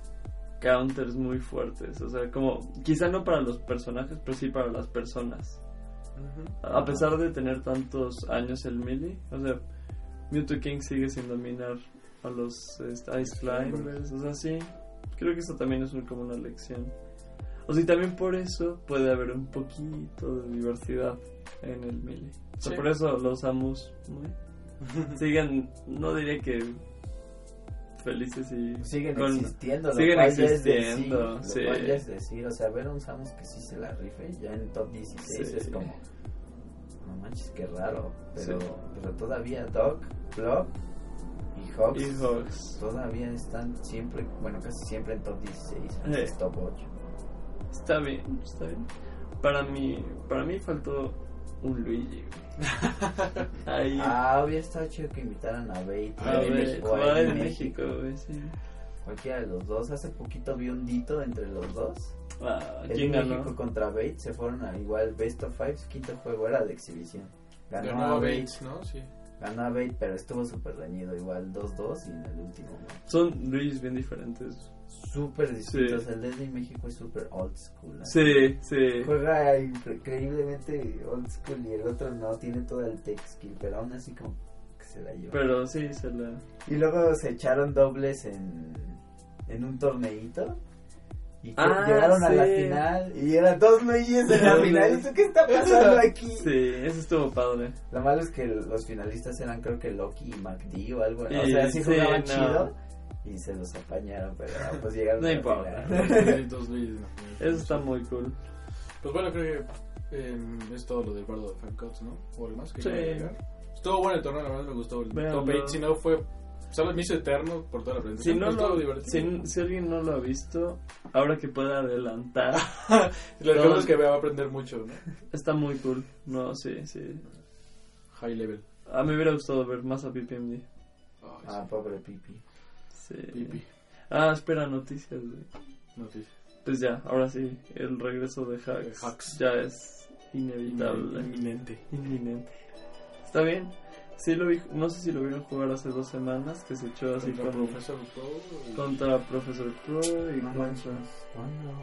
D: counters muy fuertes. O sea, como. Quizá no para los personajes, pero sí para las personas. A pesar de tener tantos años el melee. O sea, Mewtwo King sigue sin dominar a los este, Ice Climbers. O sea, sí. Creo que eso también es un- como una lección. O sea, y también por eso puede haber un poquito de diversidad en el melee. O sea,
E: Sí.
D: por eso los amos ¿no? siguen, no diría que felices y
B: Siguen
D: con-
B: existiendo, lo
D: siguen
B: cual ya es
D: existiendo,
B: decir, lo
D: sí.
B: cual ya es decir, o sea, ver a un Samus que sí se la rife ya en top 16
D: Sí.
B: es como, no manches, qué raro,
D: Sí.
B: pero, pero todavía Doc, Blob y Hawks
D: y Hawks.
B: todavía están siempre, bueno, casi siempre en top 16, a
D: Sí.
B: veces top 8.
D: Está bien, está bien. Para mí, para mí faltó un Luigi. güey. Ahí,
B: Ah, hubiera estado chido que invitaran a Bait
D: a
B: o a
D: ver,
B: México,
D: jugaba
B: ahí
D: en México, güey, sí.
B: Cualquiera de los dos, hace poquito vi un dito entre los dos.
D: Ah,
B: El
D: ¿Quién ganó?
B: México contra Bates se fueron a igual Best of Five, su quinto juego era de exhibición.
E: Box.
B: Ganó,
E: Ganó
B: a
E: a
B: Bates.
E: Bates, ¿no? Sí.
B: Ganó a Bates, pero estuvo súper reñido, igual 2-2 y en el último. ¿no?
D: Son Luigis bien diferentes.
B: Súper distintos, el de México es súper old school. así.
D: Sí, sí.
B: Juega increíblemente old school y el otro no, tiene todo el tech skill, pero aún así como que se la lleva.
D: Pero sí, se la...
B: Y luego se echaron dobles en, en un torneito. Y que-
D: Ah,
B: llegaron a la
D: sí.
B: final y eran dos leyes en la
D: Dos
B: final.
D: Luis.
B: ¿Y tú qué está pasando aquí?
D: Sí, eso estuvo padre.
B: Lo malo es que los finalistas eran creo que Loki y MacD o algo. ¿no? O
D: Y
B: sea, sí
D: sí,
B: jugaban
D: no.
B: chido y se los apañaron, pero ah, pues llegaron
D: No
B: a la
D: importa.
B: final.
E: Dos Luis, no.
D: Eso está muy cool.
E: Pues bueno, creo que eh, es todo lo del bardo de Fan Cups, ¿no? O algo más que
D: Sí.
E: quería agregar. Estuvo bueno el torneo, la verdad me gustó. El
D: Véanlo.
E: top 8, si no fue. Solo me hizo eterno por toda la
D: Si,
E: presentación.
D: no
E: pero estuvo
D: lo,
E: divertido.
D: si, si alguien no lo ha visto, ahora que pueda adelantar,
E: Lo
D: no.
E: que es que va a aprender mucho, ¿no?
D: está muy cool. No, sí, sí.
E: High level.
D: A mí me hubiera gustado ver más a PPMD.
E: Ay,
B: Ah, pobre Pipi.
D: Sí.
E: sí, pipi.
D: Ah, espera, noticias, güey.
E: Noticia.
D: Pues ya, ahora sí, el regreso de Hacks,
E: De Hacks.
D: ya es inevitable,
E: Inminente.
D: inminente. ¿Está bien? Sí lo vi, no sé si lo vieron jugar hace dos semanas, que se echó así
E: Contra
D: con,
E: Professor Pro.
D: contra Professor Pro y
B: No
D: contra-
B: manches. ¿Cuándo?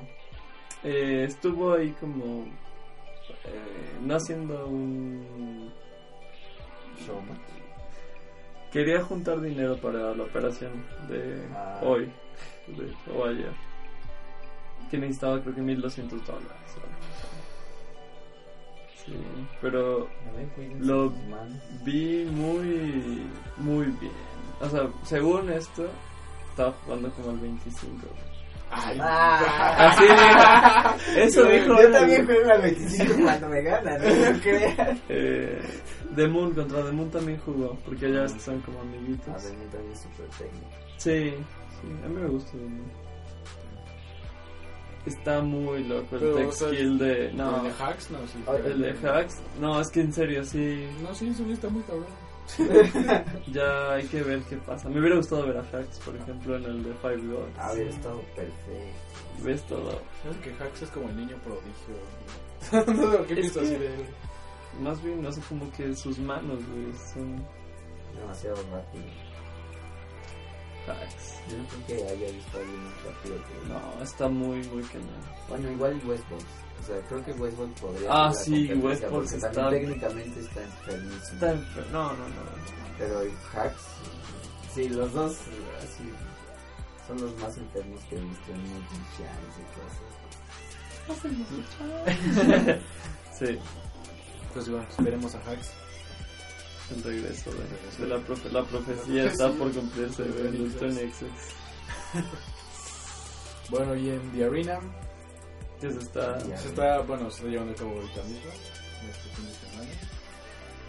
D: Eh, estuvo ahí como eh, no haciendo un
B: Showman.
D: quería juntar dinero para la operación de
B: Ah.
D: hoy de- o ayer que necesitaba creo que 1200 dólares o algo así. sí pero
B: A ver, cuídense,
D: Lo-
B: man.
D: vi muy muy bien o sea según esto estaba jugando como el 25
E: Ay,
B: Ah.
D: así dijo. eso dijo
B: Yo
D: él.
B: también juego al 25 cuando me ganan, no lo creas.
D: Eh, The Moon contra The Moon también jugó, porque ya están como amiguitos.
B: A ver, también es súper técnico.
D: Sí, sí, a mí me gusta The Moon. Está muy loco el
E: Pero,
D: tech
E: o sea,
D: skill de. No, Ah,
E: ¿El de Hacks? No, sí.
D: el de Hacks. No, es que en serio, sí.
E: No, sí, eso está muy cabrón.
D: Ya hay que ver qué pasa. Me hubiera gustado ver a Hacks, por ejemplo, en el de Five Gods.
B: A ver, estado perfecto.
D: Ves todo.
E: Sabes que Hacks es como el niño prodigio. no sé por qué
D: Es
E: pienso
D: que-
E: así de él.
D: Más bien, no sé como que sus manos, güey, son
B: Demasiado rápido.
D: Hacks.
B: Yo no creo que haya visto a alguien más rápido que él.
D: No, está muy, muy cañón.
B: Bueno, igual y Westbox. O sea, creo que Westbox podría.
D: Ah,
B: ser la
D: sí,
B: competencia,
D: Westbox
B: porque
D: está-
B: también Técnicamente está enfermísimo.
D: Está enfer- No, no, no.
B: Pero el Hacks. Sí, los dos. eh, Así. Son los más enfermos que he visto en Multichans y cosas.
D: Sí,
E: Pues bueno, esperemos a Hacks.
D: el regreso de, de la, profe- la profecía está por cumplirse de los Twin Exes.
E: Bueno, y en The Arena.
D: Que se está.
B: Ya.
E: Se está, bueno, se está llevando a cabo ahorita mismo. en Este fin de semana.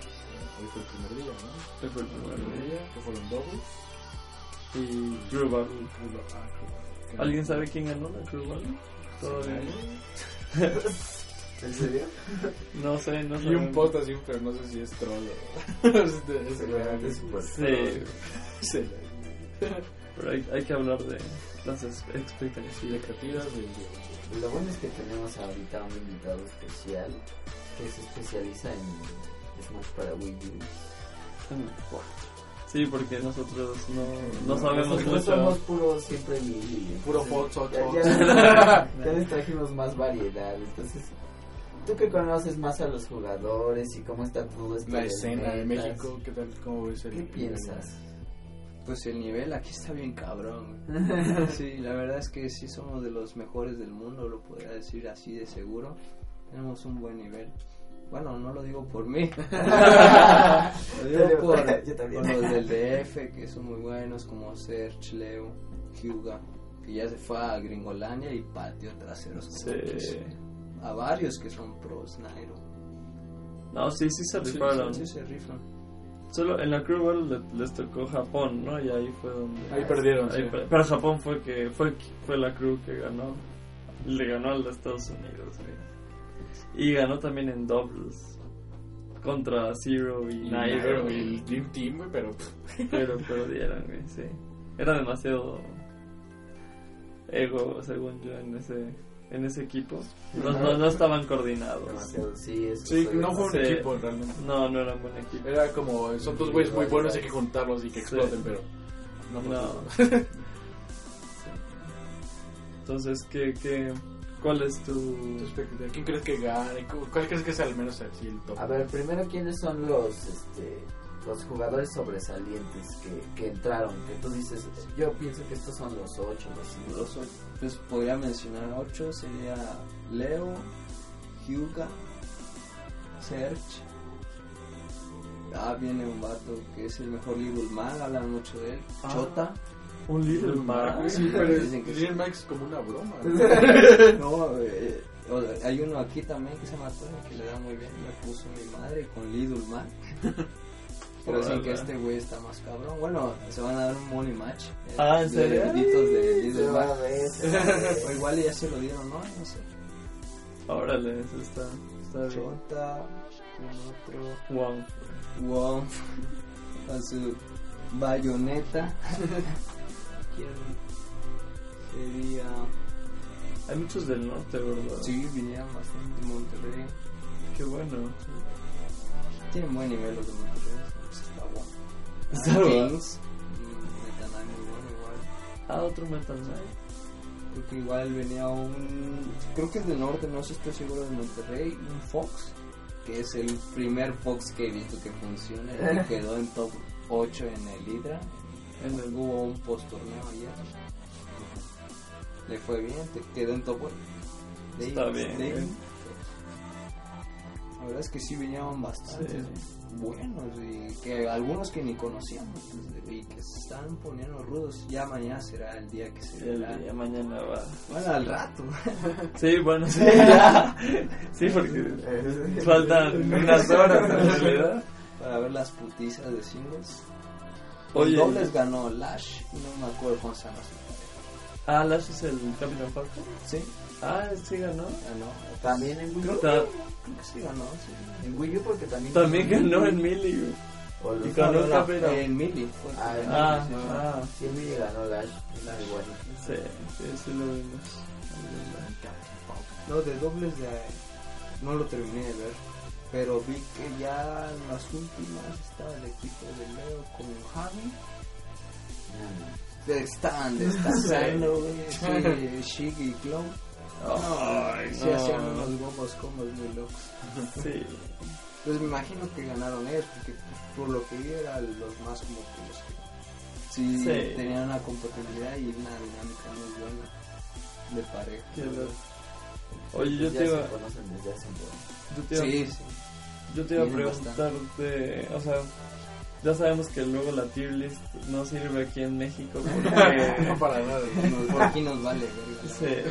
E: Eh, Hoy fue el primer día, ¿no?
D: que fue el primer día.
E: que fueron dobles.
D: y Drew Barrymore.
E: ah,
D: ¿Alguien sabe quién ganó la Drew Barrymore? Todavía
B: ¿En serio?
D: no. No sé, no sé.
E: Y un post así, pero no sé si es troll o... es de- es real.
B: Seguramente por-
D: Sí,
E: Sí,
D: pero hay, hay que hablar de las es- expectativas.
E: expectativas del día.
B: Lo bueno es que tenemos ahorita un invitado especial que se especializa en Smash para Wii U.
D: Sí, porque nosotros no, no sabemos
B: Nosotros
D: mucho.
B: somos puro siempre Wii U.
E: Puro Fox,
B: entonces,
E: Fox,
B: ya-
E: Fox.
B: Ya ya les trajimos más variedad, entonces... Tú que conoces más a los jugadores y cómo está todo esto
E: La
B: de
E: escena de
B: metas,
E: México, ¿qué tal? ¿Cómo ves el
B: ¿Qué piensas?
C: Pues el nivel aquí está bien cabrón. Sí, la verdad es que sí somos de los mejores del mundo, lo podría decir así de seguro. Tenemos un buen nivel. Bueno, no lo digo por mí. lo digo
B: Pero-
C: por,
B: yo también.
C: por los del DF, que son muy buenos, como Serge, Leo, Hyuga, que ya se fue a Gringolandia y pateó traseros. como
D: Sí.
C: quiso. A varios que son pros, Nairo.
D: No, sí, sí se
C: Sí,
D: rifaron.
C: sí, sí se rifan.
D: Solo en la Crew World le- les tocó Japón, ¿no? Y ahí fue donde...
E: Ahí perdieron,
D: Ahí
E: sí.
D: per- Pero Japón fue que fue, fue la crew que ganó. Le ganó a los Estados Unidos, güey. Y ganó también en dobles. Contra Zero y
E: Y
D: Nairo,
E: Nairo y
D: güey.
E: el Dream Team, güey, pero pues, pff,
D: Pero perdieron, güey, sí. Era demasiado ego, según yo, en ese, en ese equipo. No, no, no estaban coordinanados.
B: Demasiado, sí, es
E: pues,
B: que
E: sí,
B: soy
E: no fue un
D: Sí.
E: equipo realmente.
D: No, no era un buen equipo.
E: Era como, son dos güeyes muy buenos, hay que juntarlos y que exploten, pero... No, fue
D: No.
E: todo.
D: Entonces, ¿qué, qué, ¿cuál es tu...?
E: Entonces, ¿de ¿Quién crees que gane? ¿Cu- ¿Cuál crees que es al menos así el top?
B: A ver, primero, ¿quiénes son los este, los jugadores sobresalientes que, que entraron? Que tú dices, yo pienso que estos son los ocho, los cinco.
C: Los ocho. Pues podría mencionar ocho, sería Leo, Hyuga, Serge. Ah, viene un vato que es el mejor Little Mag, hablan mucho de él.
E: Ah.
C: Chota.
D: Un líder
E: Ah,
D: más.
E: sí, pero es,
C: Dicen que sí.
E: Dream Max como una broma.
C: No, eh, o- hay uno aquí también que se llama Tony que le da muy bien. Me puso mi madre con Little Mag. Pero dicen que
D: Órale.
C: este güey está más cabrón. Bueno, se van a dar un money match. eh,
D: Ah, ¿en
C: de
D: serio?
C: benditos de
B: Se
C: Little
B: va a
C: Mag.
B: ver,
C: O igual ya se lo dieron, ¿no? No sé.
D: Órale, eso está, está bien.
C: Chota, un otro.
D: Wow.
C: Wow, con su bayoneta. ¿Quién sería?
D: Hay muchos del norte, ¿verdad?
C: Sí, vinieron bastante de Monterrey.
D: Qué bueno.
C: Tienen buen nivel los de Monterrey. pues, Está bueno.
D: Está
C: Ah,
D: bueno.
C: Kings, mm, Metanay muy bueno igual.
D: Ah, otro Metal Knight.
C: Creo que igual venía un. Creo que es del norte, no sé, estoy seguro de Monterrey. Un Fox, que es el primer Fox que he visto que funciona. y que quedó en top 8 en el Hydra.
D: En el
C: Hubo un post torneo ayer. Le fue bien, te quedó en top 8.
D: Está bien, güey.
C: La verdad es que sí venían bastante
D: Sí.
C: buenos y que algunos que ni conocíamos pues, y que se están poniendo rudos. Ya mañana será el día que se verá.
D: El día mañana va.
C: Bueno, al rato.
D: Sí, bueno, sí, ya. Sí, porque
B: eh,
D: faltan unas horas en realidad.
C: para ver las putizas de singles. Oye,
D: Oye, eh.
C: dobles ganó Lash y no me acuerdo con Sanos.
D: ah, Lash es el Capitán Falcon.
C: Sí,
D: Ah, sí ganó.
C: ganó.
B: También en Wii U.
D: Ta-
C: Creo que sí ganó, sí.
B: En Wii U porque también.
D: también ganó en Mili, güey.
B: O los-
D: y ganó
C: No, no, no,
D: Capitán.
C: En Mili. fue.
B: Ah, en
D: Ah,
B: Mili, sí.
D: ah,
B: Sí, en Wii U ganó Lash. Una igual.
D: sí, sí, sí lo vimos.
C: No, de dobles de... no lo terminé de ver. Pero vi que ya en las últimas estaba el equipo de Leo con Javi. De Stand, destacando, güey. Sí, Shig y Clown.
D: Ay,
C: Sí, hacían unos bombos combos muy locos.
D: Sí,
C: Pues me imagino que ganaron ellos, porque por lo que vi eran los más como que los que sí,
D: Sí.
C: tenían una compatibilidad y una dinámica muy buena de pareja.
D: qué loco. Oye, yo
B: Pues ya
D: te iba,
B: se conocen desde hace un tiempo.
D: yo te iba
C: pues. Sí, sí.
D: Yo te iba a
C: Tienen
D: preguntarte, o sea, ya sabemos que luego la tier list no sirve aquí en México porque,
E: No para nada.
C: Nos- por aquí nos vale verga. la
D: se-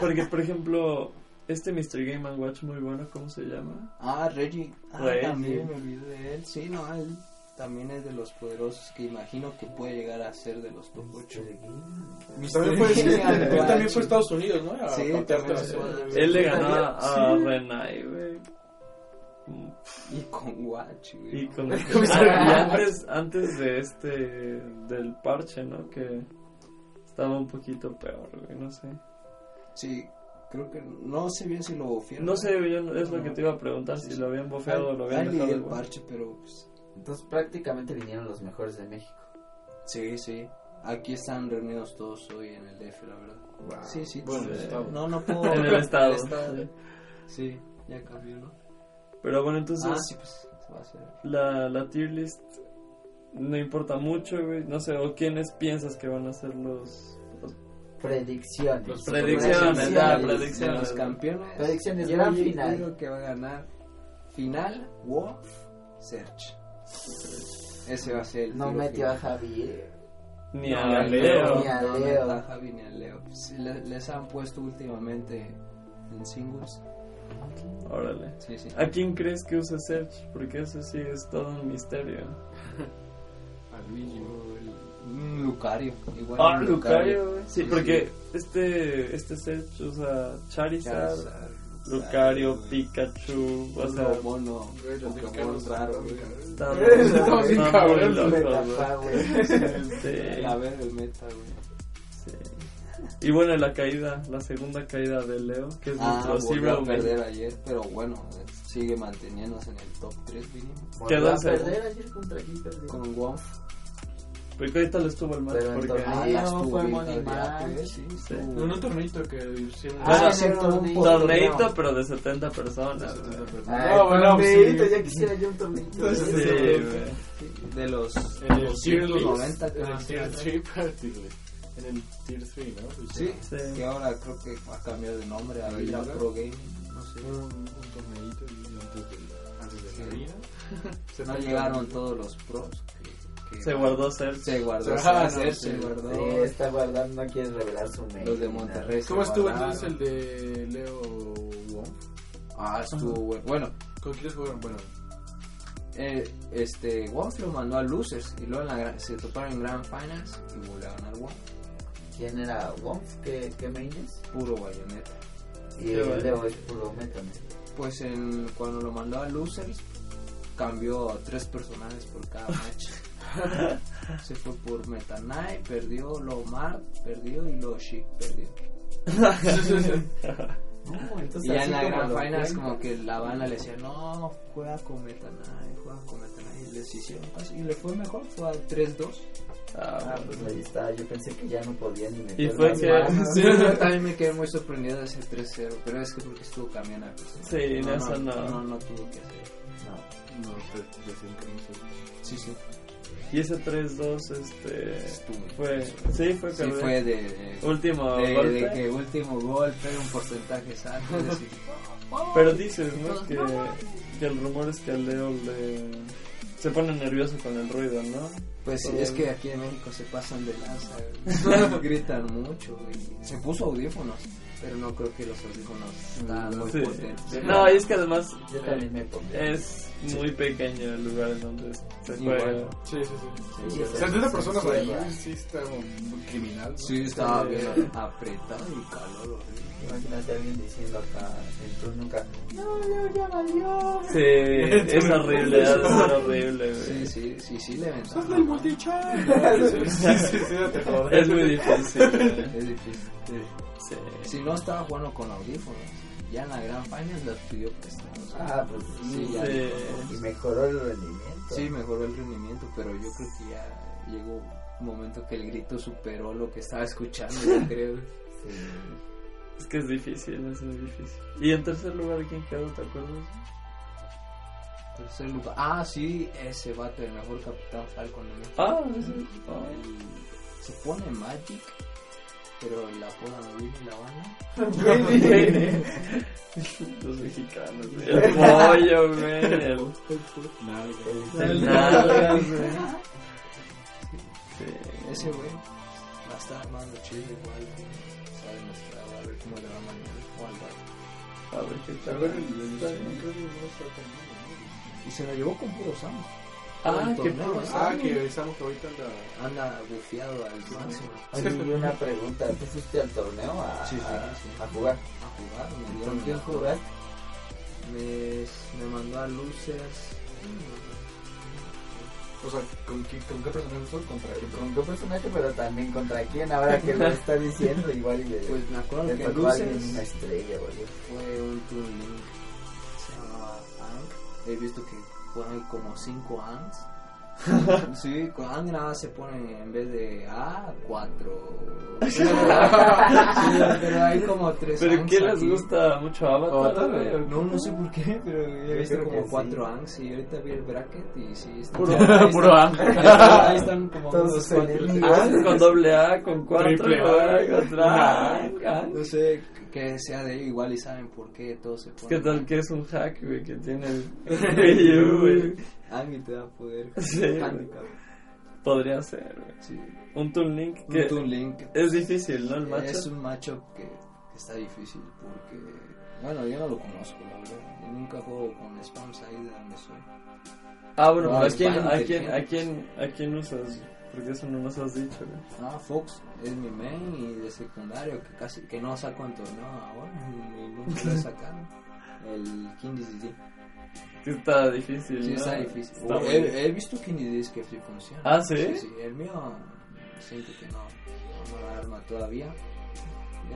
D: porque por ejemplo, este Mr. Game and Watch muy bueno, ¿cómo se llama?
C: Ah, Reggie. Ah,
D: Reggie.
C: también me olvidé de él. Sí, no, él también es de los poderosos que imagino que puede llegar a ser de los top 8.
E: También fue, sí,
C: Genial,
E: él también
C: guacho.
E: fue a Estados Unidos, ¿no? A
C: Sí,
E: contactar
C: también
E: a-
C: se fue.
D: Él le ganó a Renai, güey.
C: Y con Watch, güey.
D: Y con Ah, y antes, antes de este. del parche, ¿no? Que estaba un poquito peor, güey, no sé.
C: Sí, creo que no sé bien si lo bofearon.
D: No sé, yo no- es lo que te iba a preguntar, si lo habían bofeado o lo
C: Ah,
D: habían
C: leí
D: dejado
C: el
D: igual.
C: parche, pero pues,
B: Entonces prácticamente vinieron los mejores de México.
C: sí, sí. Aquí están reunidos todos hoy en el DF, la verdad.
E: Wow.
C: Sí, sí.
E: Bueno,
C: sí.
E: estaba-
C: No, no puedo.
D: En el estado.
C: ¿eh? Sí, ya cambió, ¿no?
D: Pero bueno, entonces
C: Ah, sí, pues se va a hacer.
D: la, la tier list no importa mucho, güey. No sé, o quiénes piensas que van a ser los. los-
B: Predicciones.
D: Los predicciones,
C: ya,
B: predicciones.
D: ah,
C: de
D: predicciones.
C: los campeones.
B: Predicciones,
C: Yo
B: gran
C: di-
B: final.
C: digo que va a ganar final Wolf Search. Ese va a ser el
B: No
C: tiro
B: metió
C: final.
B: a Javier.
D: ni a
E: No, la
D: Leo.
B: Ni a
C: No, no,
B: Leo.
C: no, a Javi ni a Leo. Sí, le- les han puesto últimamente en singles.
D: Órale.
C: Sí, sí.
D: ¿A quién crees que usa Search? Porque eso sí es todo un misterio.
E: A Luigi.
C: Mm, Lucario. Igual
D: Ah,
C: un
D: Lucario, güey. Sí,
C: Sí,
D: porque este, este Search usa Charizard,
C: Charizard,
D: Lucario,
C: güey.
D: Pikachu, o sea,
C: Turbo Mono, Pokémon raro, güey.
D: está
E: Estamos bien
D: está muy
E: cabrones,
D: loco,
B: Metafá, güey.
D: güey.
C: La ver el meta, güey.
D: Sí, sí. Y bueno, la caída, la segunda caída de Leo, que es
C: Ah,
D: nuestro
C: volvió
D: Zero
C: a perder ayer, pero bueno, eh, sigue manteniéndose en el top 3 mínimo.
B: Volvió a
D: segundo.
B: perder ayer contra quién perdió.
C: Con Wonf.
D: Porque ahorita lo estuvo el match,
B: Pero en
D: porque
B: torneo. Ah,
C: ya
B: no,
C: estuvo
B: fue
C: bien
B: Money
C: cargado,
B: Match.
C: güey, sí,
D: Sí.
C: estuvo-
E: En un torneito que hicieron.
B: Ah,
C: Bueno,
B: en
C: sí,
B: el
C: un
B: torneo.
D: torneito, pero de 70 personas. güey.
B: Ah,
E: No, bueno,
B: torneito,
E: sí.
B: ya quisiera yo un torneito.
A: Pues
E: Entonces,
D: Sí,
E: sí,
D: güey.
C: de los
D: Eh,
E: En el Tier
C: de los
E: 90.
C: 90 que
E: En el
C: nos
E: Tier
C: quedan.
E: 3 Party, güey. En el Tier 3, ¿no? Pues,
C: Sí,
D: Sí.
C: que ahora creo que va a cambiar de nombre a
E: ¿La
C: Villa
E: Liga?
C: Pro Gaming. No sé.
E: Fue un, un torneito y antes de, antes de
C: Sí.
E: Sabina. Se
C: No llegaron todos los pros. que- que-
D: Se guardó Search.
C: Se guardó.
E: Ah,
C: César,
E: no,
C: se
E: sí. este,
C: guardó.
B: Sí, está guardando, no quiere revelar su mail.
C: Los de Monterrey. se
E: ¿Cómo estuvo
C: guardaron.
E: entonces el de Leo Wong?
C: Ah, estuvo bueno. Bueno,
E: ¿Con quiénes jugaron? Bueno,
C: eh, este, Wolf lo mandó a Losers y luego en la gran- se toparon en Grand Finals y volvió a ganar Wolf.
B: ¿Quién era Womf? ¿Qué, qué main es?
C: Puro bayoneta.
B: Y
D: bueno.
B: el Leo es puro meta. ¿no?
C: Pues en, cuando lo mandó a Losers, cambió a tres personajes por cada match. Se fue por Meta Knight, perdió, luego Mark perdió y luego Sheik perdió.
B: No, entonces
C: Y ya
B: así
C: en la
B: como
C: Grand
B: lo
C: Finals,
B: cuentan,
C: como que la banda le decía, no, juega con Meta Knight, juega con Meta Knight. Y les hicieron caso. Y le fue mejor, fue a 3-2.
D: Ah,
B: Ah,
D: bueno.
B: pues ahí está. Yo pensé que ya no podía ni meter.
D: Y fue
B: las
D: que-
B: manos.
C: Sí, yo también me quedé muy sorprendido de ese 3-0, pero es que porque estuvo cambiando la persona.
D: Sí, no, eso no.
C: no. No, no tuvo que hacer.
B: No,
E: no, pero yo siempre me hizo.
C: Sí, sí,
D: Y ese 3-2, este.
C: estuvo.
D: Fue. Sí, fue
C: Sí,
D: perder.
C: fue de- de
D: Último
C: de,
D: golpe.
C: de que último gol pega un porcentaje exacto. es decir,
D: Pero dices, ¿no? Que, que el rumor es que a Leo le. Se pone nervioso con el ruido, ¿no?
C: Pues
D: Todo
C: es
D: bien.
C: que aquí en México se pasan de lanza, güey. gritan mucho. güey. Se puso audífonos, pero no creo que los audífonos estaban muy
D: Sí.
C: potentes.
D: No, y es que además
B: yo también me pondré.
D: es muy pequeño el lugar en donde se
C: Igual.
D: juega.
E: Sí, sí, sí.
B: Sí, sí,
E: 70
B: sí,
E: personas
B: sí,
E: ahí.
B: sí.
E: Sí, está como muy criminal. ¿no?
C: Sí, estaba bien apretado y calor. güey.
B: Imagínate a alguien diciendo acá en tu nuca, no, Leo ya valió.
D: Sí, es horrible, ha de ser horrible, güey.
C: Sí, sí, sí, sí, le
E: ¡Hazle el
C: aventaron.
E: multichannel! Sí, sí, sí, no te jodas.
D: Es muy difícil, güey.
C: Es difícil.
D: Sí.
C: Si no estaba jugando con audífonos, ya en la gran final los pidió prestados.
B: Ah, pues sí,
C: Sí,
B: ya.
D: Sí.
B: Y mejoró el rendimiento.
C: Sí, mejoró el rendimiento, pero yo creo que ya llegó un momento que el grito superó lo que estaba escuchando, yo creo.
B: Sí.
D: Es que es difícil, es muy difícil. ¿Y en tercer lugar quién quedó, te acuerdas?
C: Tercer lugar. Ah, sí, ese vato, el mejor capitán Falcon de México.
D: Ah, sí. Ah.
C: El- se pone Magic, pero la apodan Willy La Habana.
D: Los mexicanos, güey. El pollo, güey. El, el nalgas, güey. Sí.
C: Ese güey va a estar armando chido igual. Se ha demostrado, a ver cómo le va mañana. O al vato.
D: A ver qué
E: A
D: tal.
E: ver, el- el- el-
D: Está bien.
C: Y se lo llevó con puro Sam.
G: Ah, qué
C: torneo,
G: p-
A: Ah, que estamos ahorita en la...
C: Anda bufiado al máximo.
A: Sí.
B: Oye, y una pregunta, ¿tú fuiste al torneo a,
C: Sí, sí,
B: a-
C: sí.
B: a jugar?
C: A jugar, me
B: ¿Con quién
C: dieron a jugar.
B: jugaste?
C: Me, me mandó a Losers.
A: O sea, ¿con qué, con qué personaje son? ¿Contra quién?
B: ¿Con qué personaje? Pero también contra quién, ahora que lo está diciendo, igual y le,
C: Pues me acuerdo
B: le
C: que
B: tocó a alguien una
C: Losers
B: estrella, boludo.
C: fue un Toon Link. Se llamaba Ang. He visto que ponen como 5 Angs. sí, con Ang nada más se pone en vez de A, 4. Sí, pero hay como 3
D: ¿Pero qué les gusta mucho Avatar?
H: Avatar,
D: güey? ¿O
C: No, no sé por qué, pero he visto
B: creo
C: como
B: que
C: cuatro Angs y ahorita vi el bracket y sí, está
H: Puro-
C: ahí
H: puro Ang.
C: están- Ahí están, ahí están como
B: Todos
C: unos
B: sus
C: cuatro.
B: enemigos.
D: Ah, con doble A, con cuatro,
H: Triple A,
D: A, contra A, A.
C: No sé qué sea de ello, igual y saben por qué todos se ponen.
D: ¿Qué tal que es un hack, güey, que tiene el Wii U, güey?
C: Ang y te da poder.
D: Sí.
C: Handicap.
D: Podría ser, güey.
C: Sí.
D: Un Toon Link
C: Un
D: que
C: Toon Link.
D: es difícil, ¿no? El macho.
C: Es un matchup que, que está difícil porque. Bueno, yo no lo conozco, la verdad. Yo nunca juego con spams ahí de donde soy.
D: Ah, bueno,
C: No,
D: ¿a,
C: es
D: quién,
C: para
D: a, quién, ¿a, quién,
C: inteligentes.
D: ¿a quién usas? Porque eso no nos has dicho, güey.
C: Ah, Fox es mi main y de secundario que casi que no saco en torneo ahora, ni nunca lo he sacado. El King DCD.
D: Que está difícil,
C: Sí,
D: ¿no?
C: está difícil.
D: Está
C: Oh,
D: bueno.
C: he, he visto King DCD que sí funciona.
D: Ah, ¿sí?
C: Sí, el mío siento que no, no me arma todavía.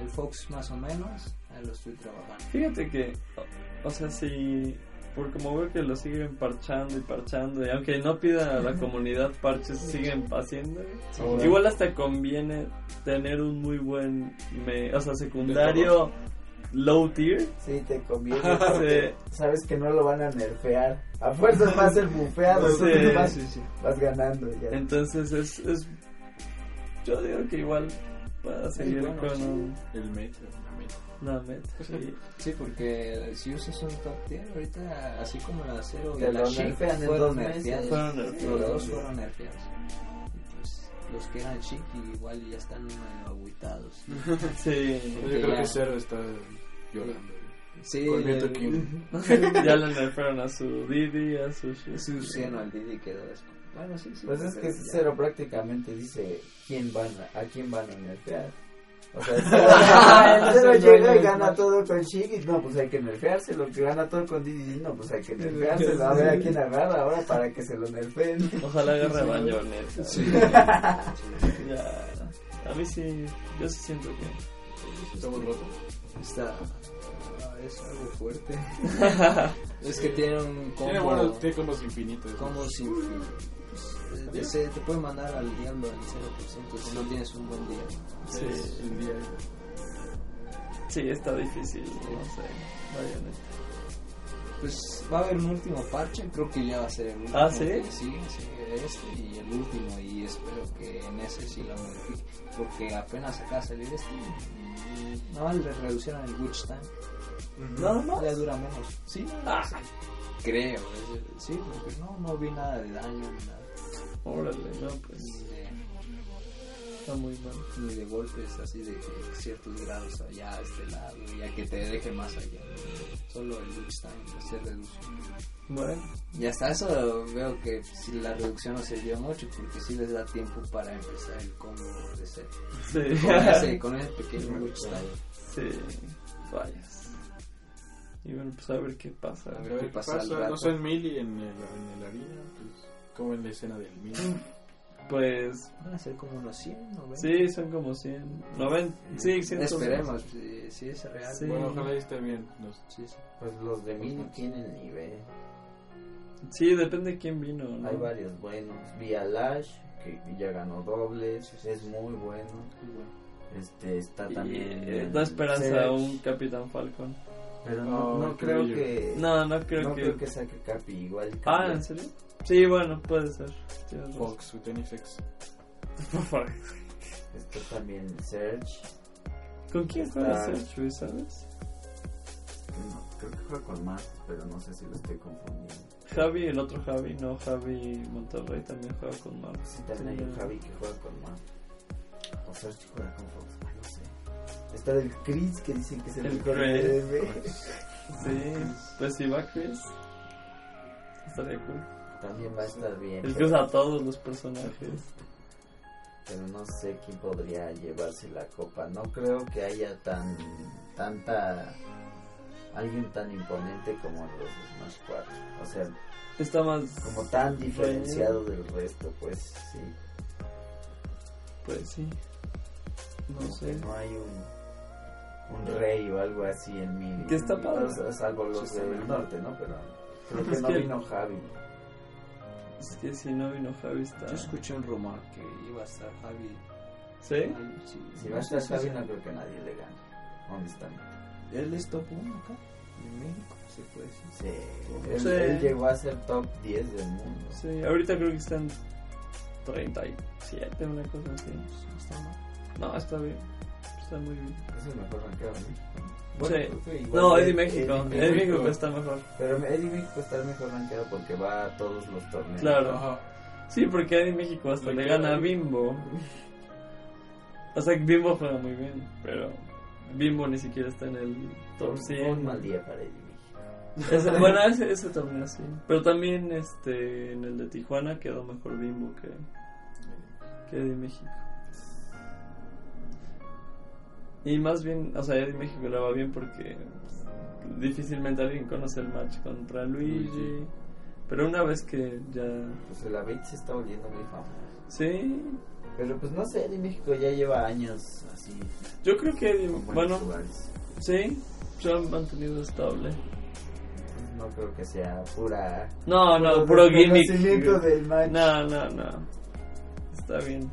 C: El Fox más o menos, ahí lo estoy trabajando.
D: Fíjate que, o, o sea, si... Por como veo que lo siguen parchando y parchando, y aunque no pida a la comunidad parches, siguen haciendo. güey.
A: Ahora,
D: Igual hasta conviene tener un muy buen, me- o sea, secundario low tier.
B: Sí, te conviene.
D: Sí.
B: Sabes que no lo van a nerfear. A fuerzas va a ser bufeado.
D: Sí.
B: tú
E: Ah,
B: vas, vas ganando ya.
D: Entonces es, es... Yo digo que igual para seguir
C: bueno,
D: con
C: sí. Pues
D: un-
A: El meta, la meta.
D: una meta. sí.
C: Sí, porque si usas un top tier, ahorita así como la cero y
B: Te
C: la
B: lo
C: chic
B: nerfean en
C: fueron
B: dos meses.
C: nerfeados.
D: Fueron nerfeados.
C: Los dos fueron nerfeados. Y pues los que eran chic igual ya están medio aguitados.
D: Sí,
A: Yo
C: Que
A: creo
C: ya-
A: que Cero está llorando.
C: Sí,
A: Con Neto
C: el-
A: King.
D: ya le nerfearon a su Didi, a su Shi-
C: Sí, sí, no, el Didi quedó eso. Bueno, sí, sí.
B: Pues es que
C: pero
B: ese
C: ya.
B: cero prácticamente dice quién van a, a quién van a nerfear. O sea, el
C: Ah,
B: cero, el
C: ese
B: cero
C: no
B: llega
C: hay
B: y gana
C: más.
B: todo con Shiggy. No, pues hay que nerfearse. Lo que gana todo con Didi, no, pues hay que nerfeárselo. A ver a quién agarra ahora para que se lo nerfeen.
D: Ojalá agarre bayoneta. Ya. A mí sí, yo sí siento que.
A: Estamos rotos.
C: Está. ah, Es algo fuerte. es que tiene un combo.
A: Tiene buenos, tiene combos infinitos.
C: como si Pues, eh, se te puede mandar al diablo al 0% si no tienes un buen día.
D: Sí,
A: El día.
D: sí está difícil, no sé. bayoneta.
C: Pues va a haber un último parche, creo que ya va a ser el último.
D: Ah, ¿sí?
C: que sigue, sigue este y el último y espero que en ese sí lo modifique, porque apenas acaba de salir este. y Nada más le reducieron el Witch Time,
D: Nada más.
C: ya dura menos. Sí,
D: Ah.
C: nada más. creo, es- sí, porque no, no vi nada de daño ni nada.
D: Órale, no, pues
C: Ni de-
D: está muy mal.
C: ni de golpes así de que ciertos grados allá a este lado y a que te deje más allá. Solo el Witch Time se reduce.
D: Bueno,
C: Y hasta eso veo que si la reducción no sirvió mucho porque si les da tiempo para empezar el combo de set.
D: sí.
C: Con ese, con ese pequeño Witch Time.
D: Sí, vayas. Y bueno, pues a ver qué pasa.
A: A
C: A ver
A: ver
C: qué
A: qué
C: pasa
A: pasa.
C: al rato.
A: No sé, en Mil y en el, en el harina. Pues, como en la escena del Mil.
D: Pues,
C: Van a ser como unos 100, ¿no ven?
D: sí, son como 100, 90, sí, 100.
C: Esperemos, si, si es real.
D: Sí.
A: Bueno, ojalá y esté bien. Los,
C: Sí, sí.
B: Pues los de mí tienen nivel.
D: Sí, depende de quién vino, ¿no?
B: Hay varios buenos. Vialash, que ya ganó dobles. Es muy bueno.
E: pues,
B: Este, está
D: Y,
B: también.
D: eh, da esperanza
B: Serge,
D: a un Capitán Falcon.
B: Pero no,
A: Oh,
B: no
A: qué
B: creo
A: bello.
B: que.
D: No, no creo
B: no
D: que...
B: creo que saque Capi igual.
D: Ah, ¿en serio? Sí, bueno, puede ser. Tienes razón.
A: Fox, su tenis ex.
D: Fuck.
B: Está también Serge.
D: ¿Con quién juega Serge, güey, sabes?
B: No, creo que juega con más, pero no sé si lo estoy confundiendo.
D: Javi, el otro Javi, no, Javi Monterrey también juega con Marx.
B: Sí, también hay un
D: Sí.
B: Javi que juega con más. O Serge juega con Fox, ah, no sé. Está del Chris que dicen que es el,
D: El
B: mejor
D: Chris.
B: DDB.
D: Sí, pues si va Chris, estaría cool.
B: También va a estar bien.
D: Es que
B: pero-
D: usa a todos los personajes.
B: pero no sé quién podría llevarse la copa. No creo que haya tan tanta alguien tan imponente como los Smash 4. O sea,
D: Está más.
B: como tan diferenciado del resto, pues sí.
D: Pues sí. No
B: Como que
D: sé.
B: no hay un un rey o algo así en mi
D: Que está padre.
B: salvo los
D: Sí, está
B: del
D: bien.
B: norte, ¿no? Pero creo que
D: Es
B: no
D: que-
B: vino Javi.
D: Es que si no vino Javi está.
C: Yo escuché un rumor que iba a estar Javi.
D: ¿Sí?
C: Ay, sí,
B: Si
C: no
B: va a
C: sé
B: estar Javi
C: es-
B: no creo que nadie le gane. Honestamente.
C: Él es top 1 acá, en México, se puede decir.
B: Sí. Él,
D: Sí.
B: él llegó a ser top 10 del mundo.
D: Sí, ahorita creo que están 37, una cosa así.
C: No está mal.
D: No, está bien. Está muy bien.
B: Es el mejor ranqueado de México.
D: Sí.
B: creo que igual
D: No,
B: Ed-
D: Eddie México.
B: Eddie
D: Eddie México pues. está mejor.
B: Pero Eddie México está mejor ranqueado porque va a todos los torneos.
D: Claro. Sí, porque Eddie México hasta le gana a Bimbo. O sea, que Bimbo juega muy bien, pero Bimbo ni siquiera está en el top
B: Fue Un
D: 100.
B: mal día para Eddie México.
D: Ese- bueno, ese, ese torneo sí. Pero también este, en el de Tijuana quedó mejor Bimbo que, que Eddie México. Y más bien, o sea, Eddie México le va bien porque pues, difícilmente alguien conoce el match contra Luigi. Pero una vez que ya...
B: Pues el Abate se está volviendo muy famoso.
D: Sí,
B: Pero pues no sé, Eddie México ya lleva años así.
D: yo creo que Eddie...
B: con buenos
D: Bueno,
B: lugares.
D: sí, se han mantenido estable.
B: No creo que sea pura.
D: No, no, puro gimmick.
B: desconocimiento del match.
D: No, no, no. Está bien.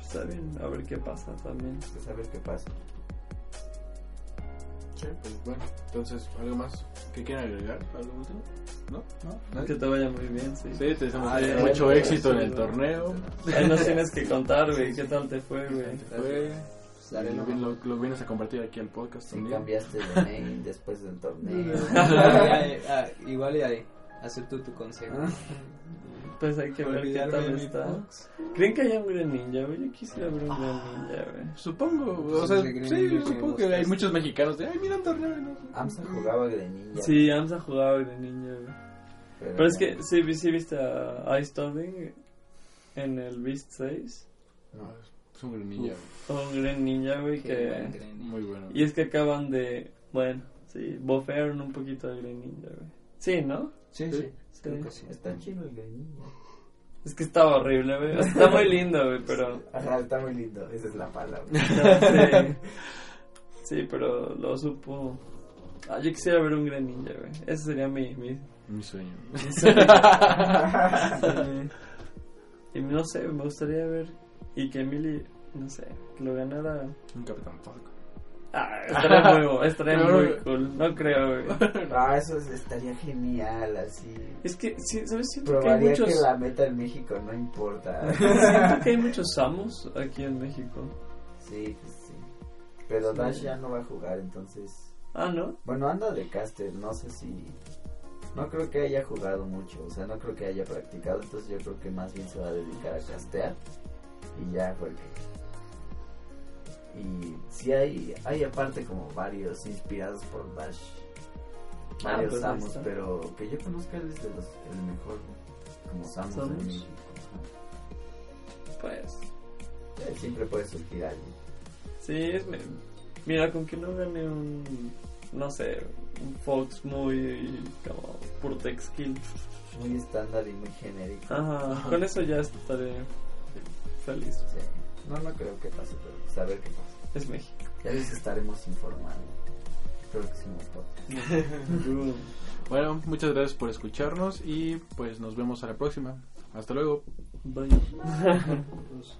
D: Está bien, a ver qué pasa también.
B: Pues a ver qué pasa.
E: Sí, pues bueno. Entonces, ¿algo más que quieran agregar? ¿Algo último? ¿No?
A: ¿Eh?
E: ¿No?
D: Que te vaya muy bien, sí.
E: Sí, te deseamos
C: Ah,
E: eh,
C: ya.
E: mucho éxito en el
D: Sí.
E: torneo.
D: Ahí nos tienes que contar, güey, qué tal te fue, güey.
E: Fue-
C: Pues
E: Lo,
C: daré lo mejor.
E: lo- lo vienes a compartir aquí al podcast
B: Si
E: también.
B: cambiaste de name después del torneo.
C: Ay, ay, ay, ah, Igual y ahí, acepto tu consejo.
D: Pues hay que ver qué
C: Olvidarme de
D: tal
C: mi
D: está.
C: Fox.
D: ¿Creen que haya un Gran Ninja, güey? Yo quisiera ver un Gran Ninja, güey.
E: Supongo, o
C: Pues
E: sea,
C: es de Green
E: sí,
C: Bay,
E: supongo
C: tenemos
E: que hay
C: tres.
E: muchos mexicanos de, ay, mira un torneo. y no sé".
B: Amsa jugaba de ninja.
D: Sí, vamos a jugar Gran Ninja, güey. Pero es que, sí, vi- sí viste a Ice Storming en el Beast 6.
E: No, es un granillo,
D: Un Gran Ninja, güey,
C: Qué buen
D: que...
C: Green Bay.
E: muy bueno.
D: Y es que acaban de... Bueno, sí, bofearon un poquito a Green Ninja, güey. Sí, ¿no?
C: Sí, sí,
D: Sí.
C: creo que sí.
B: Está chido el de ninja.
D: Es que estaba horrible, güey. O sea, Está muy lindo, güey, pero...
B: Ajá, está muy lindo. Esa es la palabra.
D: Sí, sí pero lo supo... Ah, yo quisiera ver un Gran Ninja, güey. Ese sería mi... mi...
E: Mi sueño.
D: sí. Y no sé, me gustaría ver... Y que Emily, no sé, que lo ganara...
E: Un capitán Falco.
D: Ah, estaría muy, bu- estaría
E: Pero-
D: muy cool. No creo, güey.
B: Ah, eso es- estaría genial, así.
D: Es que, sí, ¿sabes? Siento que hay
B: Probaría
D: muchos...
B: que la meta en México no importa.
D: Siento que hay muchos Samus aquí en México.
B: sí, pues sí. Pero Dash ya no va a jugar, entonces.
D: Ah, ¿no?
B: Bueno, anda de caster, no sé si. No creo que haya jugado mucho, o sea, no creo que haya practicado, entonces yo creo que más bien se va a dedicar a castear. Y ya, porque. Y sí hay, hay aparte como varios inspirados por Dash.
D: Ah,
B: Varios
D: pues ahí
B: Samus,
D: está.
B: pero que yo conozca él es de los, el mejor, ¿no? como Samus, de
D: Samus.
B: México.
D: Pues...
B: Ajá. Él Siempre puede surgir alguien.
D: Sí, es me- mira, con que no gane un, no sé, un Fox muy como Purtex Kill.
B: Muy estándar y muy genérico.
D: Ah. Ajá, con eso ya estaré feliz.
B: Sí. No, no creo que pase, pero saber qué pasa.
D: Es México.
B: Ya les estaremos informando. Próximo podcast.
D: Boom.
E: Bueno, muchas gracias por escucharnos y pues nos vemos a la próxima. Hasta luego.
D: Bye.
C: Pues,